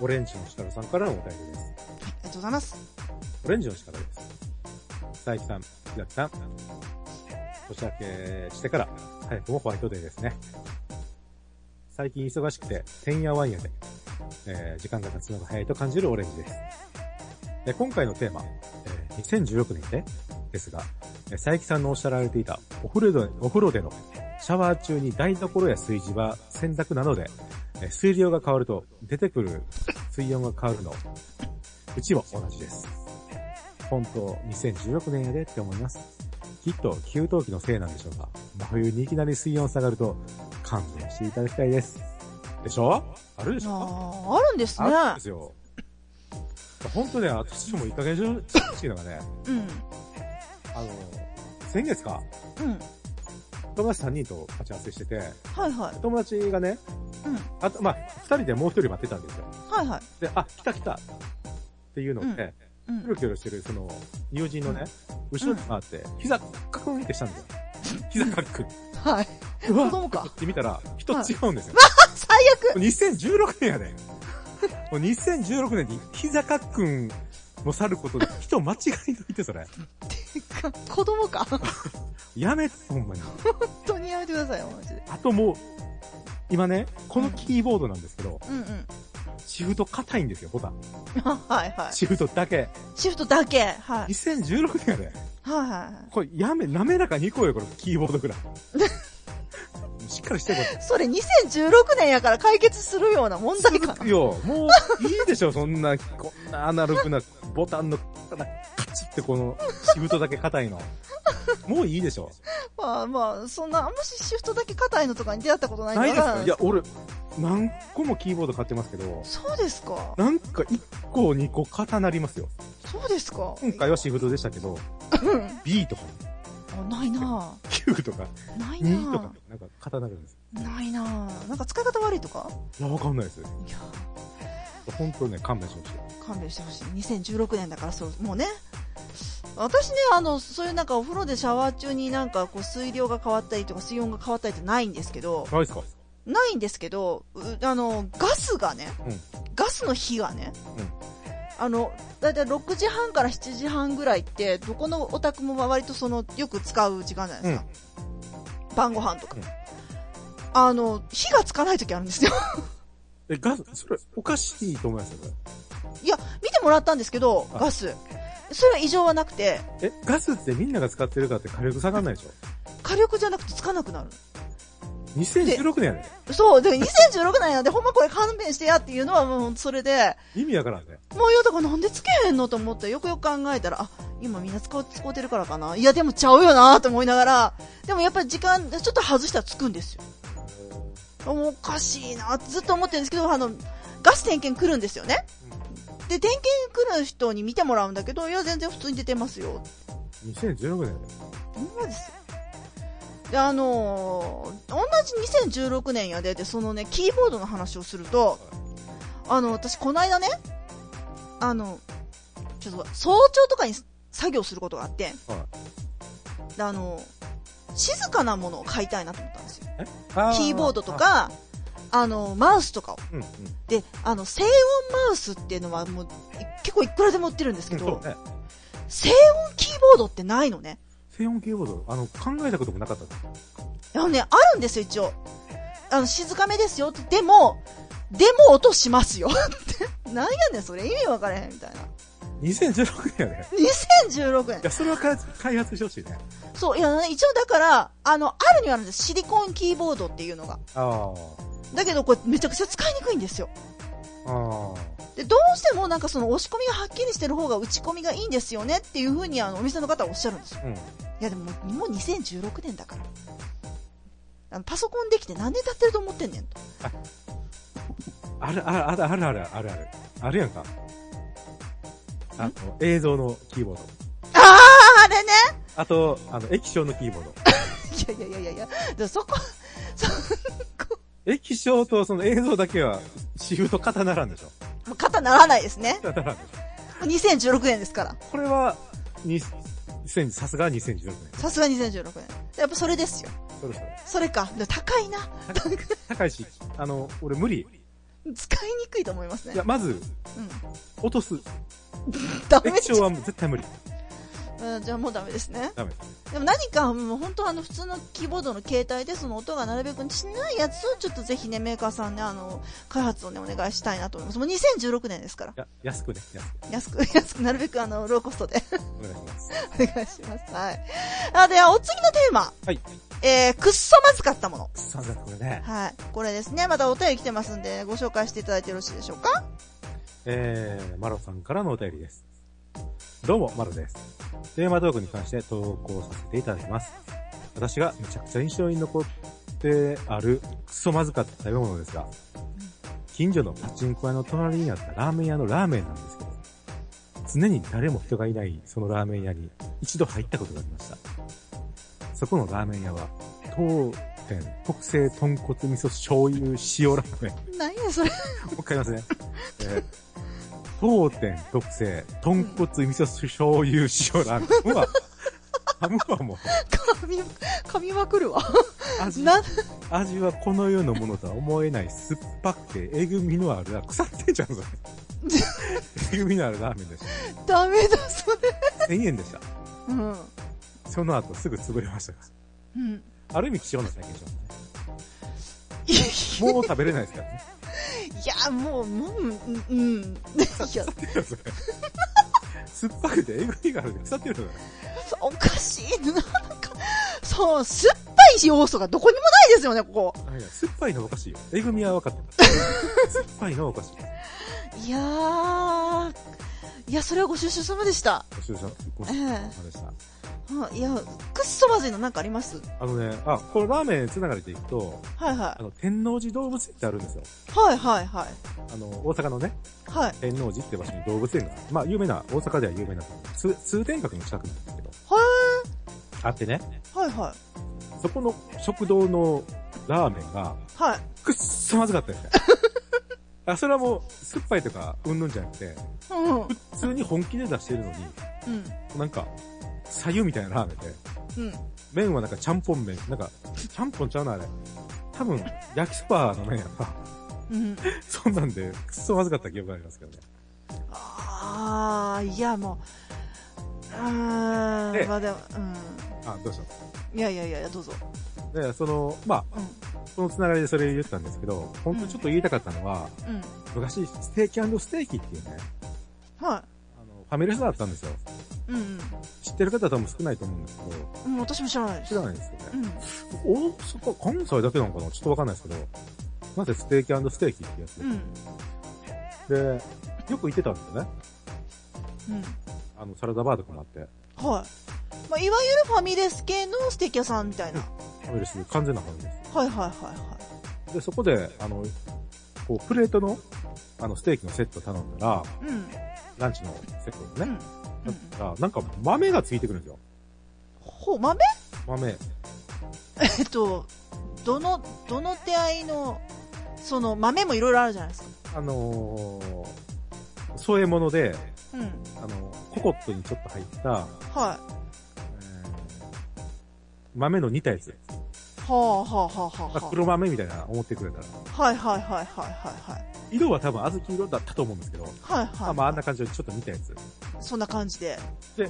[SPEAKER 1] オレンジのシカルさんからのお便りです。
[SPEAKER 2] はい、ありがとうございます
[SPEAKER 1] オレンジのシカルです。佐伯さん、木崎さん。年明けしてから、早くもホワイトデーですね。最近忙しくて、てんやわんやで、えー時間が経つのが早いと感じるオレンジです。で今回のテーマ、えー2016年で、ですが、えー佐伯さんのおっしゃられていたお風呂で、お風呂でのシャワー中に台所や炊事は洗濯なので、えー水量が変わると出てくる水温が変わるの、うちも同じです。本当、2016年やでって思います。きっと給湯器のせいなんでしょうが、真冬にいきなり水温下がると勘弁していただきたいです。でしょあるでしょ
[SPEAKER 2] ああるんですね
[SPEAKER 1] あるんですよ。本当ね、私もいい加減にしてほしいのがね、
[SPEAKER 2] うん
[SPEAKER 1] あの、先月か、
[SPEAKER 2] うん
[SPEAKER 1] 友達3人と待ち合わせしてて、
[SPEAKER 2] はいはい
[SPEAKER 1] 友達がね、
[SPEAKER 2] うん
[SPEAKER 1] あと、まあ、2人でもう1人待ってたんですよ。
[SPEAKER 2] はいはい
[SPEAKER 1] で、あ、来た来たっていうので、
[SPEAKER 2] う
[SPEAKER 1] キョロ
[SPEAKER 2] ん
[SPEAKER 1] キョロしてる、その、友人のね、後ろに回って、膝カクンってしたんですよ。膝カクン。
[SPEAKER 2] はい
[SPEAKER 1] う
[SPEAKER 2] 子
[SPEAKER 1] わ
[SPEAKER 2] 供か
[SPEAKER 1] って見たら、人違うんですよ。
[SPEAKER 2] 最 悪
[SPEAKER 1] 2016年やで。もう2016年に膝かっくんもさることで人間違いといて、それ。
[SPEAKER 2] 子供か本
[SPEAKER 1] やめて、ほんまに。
[SPEAKER 2] 当にやめてくださいよマジで
[SPEAKER 1] あともう、今ね、このキーボードなんですけど、
[SPEAKER 2] うんうん
[SPEAKER 1] シフト硬いんですよ、ボタン。
[SPEAKER 2] はいはい
[SPEAKER 1] シフトだけ。
[SPEAKER 2] シフトだけはい
[SPEAKER 1] 2016年やで。
[SPEAKER 2] はいはいはい
[SPEAKER 1] これ、やめ、滑らかにいこうよ、これ、キーボードぐらい。しっかりしてこい。
[SPEAKER 2] それ2016年やから解決するような問題かな。
[SPEAKER 1] よ、もう、いいでしょ、そんな、こんなアナログな、ボタンの、カチってこの、シフトだけ硬いの。もういいでしょ。
[SPEAKER 2] まあまあ、そんな、もしシフトだけ硬いのとかに出会ったことないん
[SPEAKER 1] ないです
[SPEAKER 2] から
[SPEAKER 1] かいや、俺、何個もキーボード買ってますけど、
[SPEAKER 2] そうですか。
[SPEAKER 1] なんか1個2個硬なりますよ。
[SPEAKER 2] そうですか。
[SPEAKER 1] 今回はシフトでしたけど、B とか、
[SPEAKER 2] あないな
[SPEAKER 1] Q とか、
[SPEAKER 2] ぁ。ないな
[SPEAKER 1] 2とか
[SPEAKER 2] ぁ。、
[SPEAKER 1] なんか硬なるんです。
[SPEAKER 2] ないなぁ。なんか使い方悪いとか
[SPEAKER 1] いや、わかんないです。
[SPEAKER 2] いや、
[SPEAKER 1] 本当ね、勘弁してほしい。
[SPEAKER 2] 勘弁してほしい。2016年だからそう、もうね。私ね、あの、そういうなんかお風呂でシャワー中になんかこう水量が変わったりとか水温が変わったりってないんですけど、
[SPEAKER 1] ないですか
[SPEAKER 2] ないんですけど、うあの、ガスがね、
[SPEAKER 1] うん
[SPEAKER 2] ガスの火がね、あの、だいたい6時半から7時半ぐらいって、どこのお宅も割とその、よく使う時間じゃないですか。晩ご飯とか。
[SPEAKER 1] うん
[SPEAKER 2] あの、火がつかない時あるんですよ。
[SPEAKER 1] え、ガス、それ、おかしいと思いますよ、こ
[SPEAKER 2] いや、見てもらったんですけど、
[SPEAKER 1] あ
[SPEAKER 2] ガス。それは異常はなくて、
[SPEAKER 1] れ。え、ガスってみんなが使ってるからって火力下がんないでしょ
[SPEAKER 2] 火力じゃなくてつかなくなる。
[SPEAKER 1] ?2016 年やね。
[SPEAKER 2] そう、で、2016年なんで、ほんまこれ勘弁してやっていうのはもうそれで、
[SPEAKER 1] 意味わからんね。
[SPEAKER 2] もうよだからなんでつけへんのと思ってよくよく考えたら、あ、今みんな使う、使うてるからかな。いや、でもちゃうよなと思いながら、でもやっぱり時間、ちょっと外したらつくんですよ。もうおかしいなってずっと思ってるんですけど、あの、ガス点検来るんですよね。で、点検来る人に見てもらうんだけど、いや、全然普通に出てますよ。
[SPEAKER 1] 2016年やね。
[SPEAKER 2] ほんまですよ。で、あのー同じ2016年やで、で、そのね、キーボードの話をすると、あの、私、この間ね、あの、ちょっと早朝とかに作業することがあって、
[SPEAKER 1] は
[SPEAKER 2] であの、静かなものを買いたいなと思ったんですよ。
[SPEAKER 1] えあ
[SPEAKER 2] キーボードと、か、あの、マウスとかを。
[SPEAKER 1] うんうん。
[SPEAKER 2] で、あの、静音マウスっていうのはもう、い結構いくらでも売ってるんですけ
[SPEAKER 1] そ
[SPEAKER 2] ど
[SPEAKER 1] う、ね。
[SPEAKER 2] 静音キーボードってないのね。
[SPEAKER 1] 静音キーボード、あの、考えたこともなかったです。
[SPEAKER 2] あのね、あるんですよ、一応。あの、静かめですよって、でも、でも音しますよ って。なんやねん、それ。意味わからへん、みたいな。
[SPEAKER 1] 2016年よね。
[SPEAKER 2] 2016年
[SPEAKER 1] い。や、それは開発開発してほしいね。
[SPEAKER 2] そう、いや、一応だから、あの、あるにはあるんです。シリコンキーボードっていうのが。
[SPEAKER 1] あ
[SPEAKER 2] だけど、これめちゃくちゃ使いにくいんですよ。
[SPEAKER 1] あ。ああ。
[SPEAKER 2] で、どうしてもなんかその押し込みがはっきりしてる方が打ち込みがいいんですよねっていう風にあの、お店の方はおっしゃるんですよ。
[SPEAKER 1] うん。
[SPEAKER 2] いや、でももう2016年だから。あの、パソコンできて何年経ってると思ってんねんと。
[SPEAKER 1] ある、ある、ある、ある、ある、ある。あるやんか。あの、映像のキーボード。
[SPEAKER 2] あー、あれね
[SPEAKER 1] あと、あの、液晶のキーボード。
[SPEAKER 2] いやいやいやいや、でそこ、そこ、
[SPEAKER 1] 液晶とその映像だけは、シフト型ならんでしょ。
[SPEAKER 2] もう肩ならないですね。
[SPEAKER 1] ならんでし
[SPEAKER 2] 2016年ですから。
[SPEAKER 1] ょ。これは、に、2000さすが2016年。
[SPEAKER 2] さすが2016年。やっぱそれですよ。
[SPEAKER 1] そろそろ。
[SPEAKER 2] それか。で高いな。
[SPEAKER 1] 高いし、あの、俺無理。
[SPEAKER 2] 使いにくいと思います
[SPEAKER 1] い
[SPEAKER 2] ね
[SPEAKER 1] や、。まず、
[SPEAKER 2] うん。
[SPEAKER 1] 落とす。
[SPEAKER 2] ダメ
[SPEAKER 1] 液
[SPEAKER 2] じゃ
[SPEAKER 1] 晶はもう絶対無理。
[SPEAKER 2] んうん。じゃあもうダメですね。
[SPEAKER 1] ダメ。
[SPEAKER 2] でも何か、もう本当あの普通のキーボードの携帯でその音がなるべくしないやつをちょっとぜひね、メーカーさんね、あの、開発をね、お願いしたいなと思います。もう2016年ですから。
[SPEAKER 1] や、安くね。安く。
[SPEAKER 2] 安く、安く、なるべくあの、ローコストで
[SPEAKER 1] お願いします。
[SPEAKER 2] お願いします。はい。あ、では、お次のテーマ。
[SPEAKER 1] はい。
[SPEAKER 2] えー、くっそまずかったもの。
[SPEAKER 1] さあ、じゃあこれね。
[SPEAKER 2] はい。これですね。またお便り来てますんで、ご紹介していただいてよろしいでしょうか
[SPEAKER 1] えー、マロさんからのお便りです。どうも、マロです。テーマトークに関して投稿させていただきます。私がめちゃくちゃ印象に残ってあるクソまずかった食べ物ですが、近所のパチンコ屋の隣にあったラーメン屋のラーメンなんですけど、常に誰も人がいないそのラーメン屋に一度入ったことがありました。そこのラーメン屋は、当店特製豚骨味噌醤油塩ラーメン
[SPEAKER 2] 何やそれ。
[SPEAKER 1] もう一回言いますね。えー当店特製、豚骨味噌醤油塩ラーメン。うわ、ハムはもう、
[SPEAKER 2] 噛み、噛みまくるわ。
[SPEAKER 1] 味
[SPEAKER 2] な、
[SPEAKER 1] 味はこの世のものとは思えない酸っぱくてえぐみのある、あ腐ってんじゃん、それ。えぐみのあるラーメンでした。
[SPEAKER 2] ダメだ、それ。
[SPEAKER 1] 1000円でした。
[SPEAKER 2] うん。
[SPEAKER 1] その後すぐ潰れましたが。
[SPEAKER 2] うん。
[SPEAKER 1] ある意味貴重な体験じ
[SPEAKER 2] いや
[SPEAKER 1] ゃん。もう食べれないですからね。
[SPEAKER 2] いや、もう、もう、うん、うん。い
[SPEAKER 1] い
[SPEAKER 2] や、
[SPEAKER 1] やそれ酸っぱくてえぐみがあるで腐ってるのよ。
[SPEAKER 2] おかしいな。なんか、そう、酸っぱい要素がどこにもないですよね、ここ。
[SPEAKER 1] あいや酸っぱいのはおかしいよ。えぐみは分かってる。酸っぱいのはおかしい。
[SPEAKER 2] いやー。いや、それはご収集様でした。
[SPEAKER 1] ご愁傷ご愁
[SPEAKER 2] ええ
[SPEAKER 1] 傷様でした。
[SPEAKER 2] うんいや、くっそまずいのなんかあります
[SPEAKER 1] あのね、あ、このラーメンつながりでいくと、
[SPEAKER 2] はいは
[SPEAKER 1] あの、天王寺動物園ってあるんですよ。
[SPEAKER 2] い。はいはいはい。
[SPEAKER 1] あの、大阪のね、
[SPEAKER 2] はい。
[SPEAKER 1] 天王寺って場所に動物園がある。まあ、有名な、大阪では有名な、通通天閣の近くなんですけど。あってね、
[SPEAKER 2] はいはい。
[SPEAKER 1] そこの食堂のラーメンが、
[SPEAKER 2] はい。
[SPEAKER 1] くっそまずかったですね。あ、それはもう、酸っぱいとか、うんぬんじゃなくて、
[SPEAKER 2] うんうん。
[SPEAKER 1] 普通に本気で出してるのに、
[SPEAKER 2] うん。
[SPEAKER 1] なんか、左右みたいなラーメンで、
[SPEAKER 2] うん。
[SPEAKER 1] 麺はなんかちゃんぽん麺、なんか、ちゃんぽんちゃうな、あれ。多分、焼きそばの麺やな。
[SPEAKER 2] うん。
[SPEAKER 1] そんなんで、くっそまずかった記憶がありますけどね。
[SPEAKER 2] ああ、いや、もう。うー
[SPEAKER 1] で
[SPEAKER 2] ん。まあでも、
[SPEAKER 1] あ、どうしよ
[SPEAKER 2] うん。いやいやいや、どうぞ。
[SPEAKER 1] う。で、その、まあ、
[SPEAKER 2] うん。
[SPEAKER 1] そのつながりでそれ言ったんですけど、本当にちょっと言いたかったのは、
[SPEAKER 2] うん。
[SPEAKER 1] 昔、ステーキステーキっていうね、
[SPEAKER 2] は
[SPEAKER 1] あの、ファミレスだったんですよ。
[SPEAKER 2] い。うん
[SPEAKER 1] 知ってる方は多分少ないと思うんですけど、
[SPEAKER 2] うん。うん、私も知らないです。
[SPEAKER 1] 知らないですよ
[SPEAKER 2] う
[SPEAKER 1] ね。
[SPEAKER 2] ん。
[SPEAKER 1] 大阪、関西だけなのかなちょっとわかんないですけど、なぜステーキステーキってやつ
[SPEAKER 2] うん。うん。
[SPEAKER 1] で、でよく行ってたんですよね。あの、サラダバーとかもあって。
[SPEAKER 2] はい。まあ、いわゆるファミレス系のステーキ屋さんみたいな。は
[SPEAKER 1] ファミレス、完全なファミレス。
[SPEAKER 2] いはいはいはい。
[SPEAKER 1] で、そこで、あの、こう、プレートの、あの、ステーキのセット頼んだら、
[SPEAKER 2] うん。
[SPEAKER 1] ランチのセット
[SPEAKER 2] う
[SPEAKER 1] のね
[SPEAKER 2] ん。。う
[SPEAKER 1] だ
[SPEAKER 2] ん
[SPEAKER 1] ったら、なんか豆がついてくるんですよ。
[SPEAKER 2] ほう、豆
[SPEAKER 1] 豆。
[SPEAKER 2] えっと、どの、どの手合いの、その豆もいろいろあるじゃないですか。
[SPEAKER 1] あのー、添え物で、
[SPEAKER 2] うん。
[SPEAKER 1] あの、ココットにちょっと入った、
[SPEAKER 2] はい。
[SPEAKER 1] えー豆の煮たやつ。
[SPEAKER 2] はあはあはあはあは
[SPEAKER 1] 黒豆みたいな思ってくれたら。
[SPEAKER 2] あ。はいはいはいはいはいはい。
[SPEAKER 1] 色は多分小豆色だったと思うんですけど、
[SPEAKER 2] はいはい。
[SPEAKER 1] あまああんな感じでちょっと煮たやつ。
[SPEAKER 2] そんな感じで。
[SPEAKER 1] で、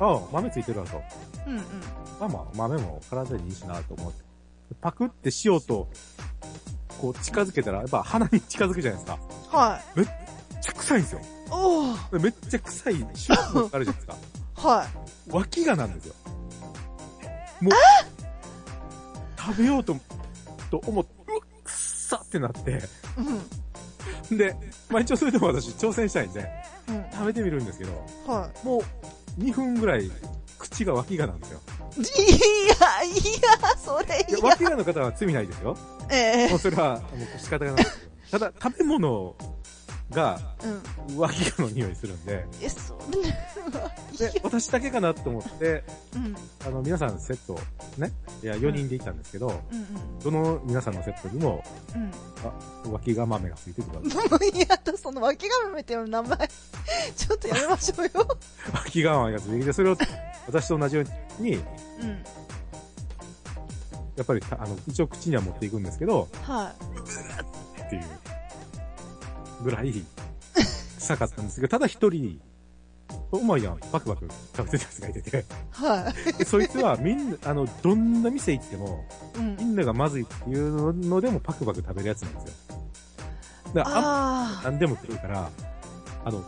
[SPEAKER 1] ああ、豆ついてるわと。
[SPEAKER 2] うんうん。
[SPEAKER 1] まあまあ、豆も体にいいしなと思って。パクって塩と、こう近づけたら、やっぱ鼻に近づくじゃないですか。
[SPEAKER 2] はい。
[SPEAKER 1] めっちゃ臭いんですよ。
[SPEAKER 2] おお
[SPEAKER 1] めっちゃ臭い塩分あるじゃないですか。
[SPEAKER 2] はい。
[SPEAKER 1] 脇がなんですよ。もう、食べようと、と思って、うわくっさってなって。
[SPEAKER 2] うん。
[SPEAKER 1] で、まあ一応それでも私挑戦したいんで、
[SPEAKER 2] うん。
[SPEAKER 1] 食べてみるんですけど、
[SPEAKER 2] は
[SPEAKER 1] もう2分ぐらい、口が脇がなんですよ。
[SPEAKER 2] い。いや、いや、それ
[SPEAKER 1] いや
[SPEAKER 2] いや。
[SPEAKER 1] 脇がの方は罪ないですよ。
[SPEAKER 2] ええ
[SPEAKER 1] もうそれは、もう仕方がないですよ。ただ、食べ物が、
[SPEAKER 2] うん。
[SPEAKER 1] 脇がの匂いするんで、
[SPEAKER 2] え、それは。いや
[SPEAKER 1] で、私だけかなと思って、
[SPEAKER 2] うん。
[SPEAKER 1] あの、皆さんセット、ね、いや、4人で行ったんですけど、
[SPEAKER 2] うんうん。
[SPEAKER 1] どの皆さんのセットにも、
[SPEAKER 2] うん。
[SPEAKER 1] 脇が豆がついてくるわけ
[SPEAKER 2] もういやだ、その脇がめてる名前。 ちょっとやめましょうよ。
[SPEAKER 1] 脇が豆がついてきて、それを、私と同じように、
[SPEAKER 2] うん。
[SPEAKER 1] やっぱりた、あの、一応口には持っていくんですけど、
[SPEAKER 2] は
[SPEAKER 1] っていう、ぐらい、臭かったんですけど、ただ一人、お前やん、バクバク食べてたやつがいてて、
[SPEAKER 2] い。は
[SPEAKER 1] でそいつはみんな、あの、どんな店行っても、
[SPEAKER 2] い。うん
[SPEAKER 1] み。んながまずいっていうのでもパクパク食べるやつなんですよ。だから、あ
[SPEAKER 2] ああ。
[SPEAKER 1] 何でも食うから、あの、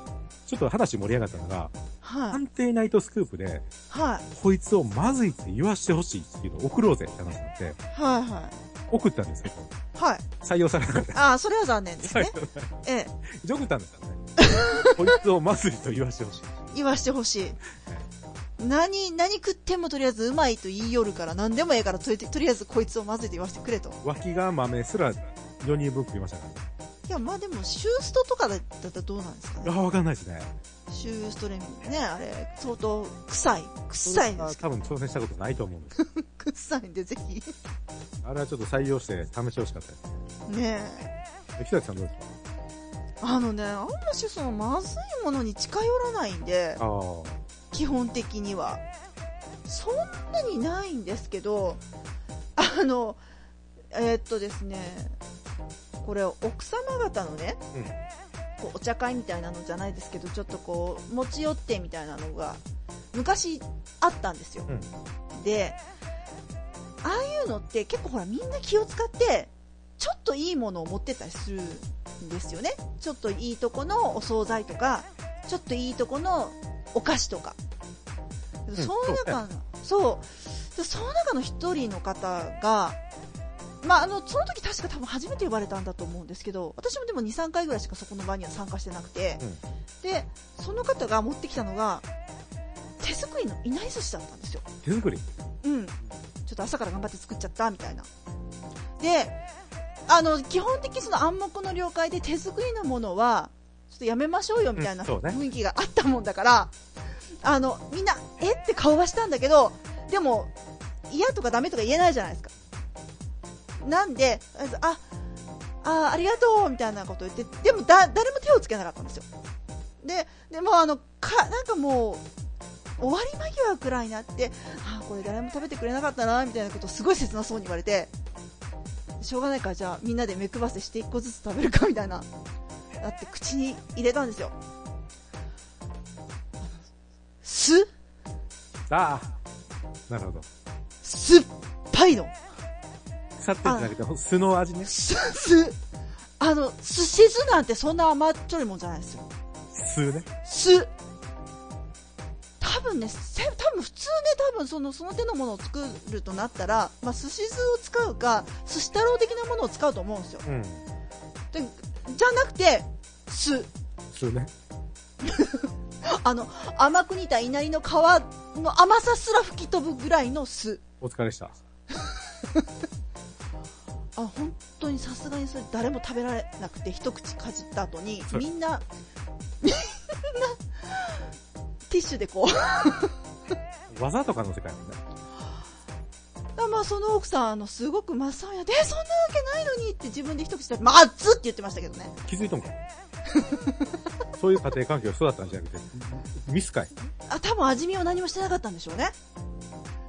[SPEAKER 1] ちょっと話盛り上がったのが、
[SPEAKER 2] はい。
[SPEAKER 1] 探偵ナイトスクープで、
[SPEAKER 2] はい。
[SPEAKER 1] こいつをまずいって言わしてほしいっていうのを送ろうぜって話になって、
[SPEAKER 2] はいは
[SPEAKER 1] 送ったんですよ。
[SPEAKER 2] い。はい。
[SPEAKER 1] 採用されなかった。
[SPEAKER 2] ああ、それは残念ですね。ええ。
[SPEAKER 1] 一応送ったんですよね。 こいつをまずいと言わしてほしい。
[SPEAKER 2] 言わしてほしい。何、何食ってもとりあえずうまいと言いよるから、何でもええからとり、とりあえずこいつを混ぜて言わせてくれと。
[SPEAKER 1] 脇が豆すら4人分食いましたか。
[SPEAKER 2] いや、まあでも、シューストとかだったらどうなんですからね。
[SPEAKER 1] ああ、わかんないですね。
[SPEAKER 2] シューストレミね、あれ、相当臭い。臭いんですけ
[SPEAKER 1] 多分挑戦したことないと思うんですけど。
[SPEAKER 2] ど、臭いんで、ぜひ。
[SPEAKER 1] あれはちょっと採用して試してほしかったですね。
[SPEAKER 2] ねえ。
[SPEAKER 1] えひとりさんどうですか
[SPEAKER 2] あのね、あんましその、まずいものに近寄らないんで、
[SPEAKER 1] ああ。
[SPEAKER 2] 基本的には。そんなにないんですけど、あの、えーっとですね、これ、奥様方のね、
[SPEAKER 1] うん
[SPEAKER 2] こうお茶会みたいなのじゃないですけど、ちょっとこう、持ち寄ってみたいなのが、昔あったんですよ。
[SPEAKER 1] うん
[SPEAKER 2] で、ああいうのって結構ほら、みんな気を使って、ちょっといいものを持ってったりするんですよね。ちょっといいとこのお惣菜とか、ちょっといいとこのお菓子とか。その中の、そう。でその中の一人の方が、まあ、あの、その時確か多分初めて呼ばれたんだと思うんですけど、私もでも2、3回ぐらいしかそこの場には参加してなくて、
[SPEAKER 1] うん
[SPEAKER 2] で、その方が持ってきたのが、手作りのいない寿司だったんですよ。
[SPEAKER 1] 手作り
[SPEAKER 2] うん。ちょっと朝から頑張って作っちゃった、みたいな。で、あの、基本的にその暗黙の了解で手作りのものは、ちょっとやめましょうよ、みたいな
[SPEAKER 1] うんそうね
[SPEAKER 2] 雰囲気があったもんだから、あの、みんな、えって顔はしたんだけど、でも、嫌とかダメとか言えないじゃないですか。なんで、あ、あ、ありがとうみたいなこと言って、でもだ、誰も手をつけなかったんですよ。で、でもあの、か、なんかもう、終わり間際くらいになって、あ、これ誰も食べてくれなかったな、みたいなことをすごい切なそうに言われて、しょうがないから、じゃあみんなで目配せして一個ずつ食べるか、みたいな。だって口に入れたんですよ。す、
[SPEAKER 1] ああ。なるほど。
[SPEAKER 2] 酸っぱいの。
[SPEAKER 1] 腐ってるんじゃなくて、素の味ね。
[SPEAKER 2] す、す、あの、すし酢なんてそんな甘っちょいもんじゃないですよ。
[SPEAKER 1] 素ね。
[SPEAKER 2] 酢。多分ね、せ多分普通ね、多分その、その手のものを作るとなったら、まあ、すし酢を使うか、すし太郎的なものを使うと思うんですよ。
[SPEAKER 1] うん。
[SPEAKER 2] でじゃなくて、酢。
[SPEAKER 1] 素ね。
[SPEAKER 2] あの、甘く煮た稲荷の皮の甘さすら吹き飛ぶぐらいの酢。
[SPEAKER 1] お疲れでした。
[SPEAKER 2] あ本当にさすがにそれ誰も食べられなくて一口かじった後に
[SPEAKER 1] そう
[SPEAKER 2] みんなみんなティッシュでこう
[SPEAKER 1] 技とかの世界もね。
[SPEAKER 2] あまあその奥さんあのすごく真っ青やでえそんなわけないのにって自分で一口で「まっつ!」って言ってましたけどね
[SPEAKER 1] 気づいとんか。 そういう家庭環境が育ったんじゃなくて、ミスかい。
[SPEAKER 2] あ、多分味見は何もしてなかったんでしょうね。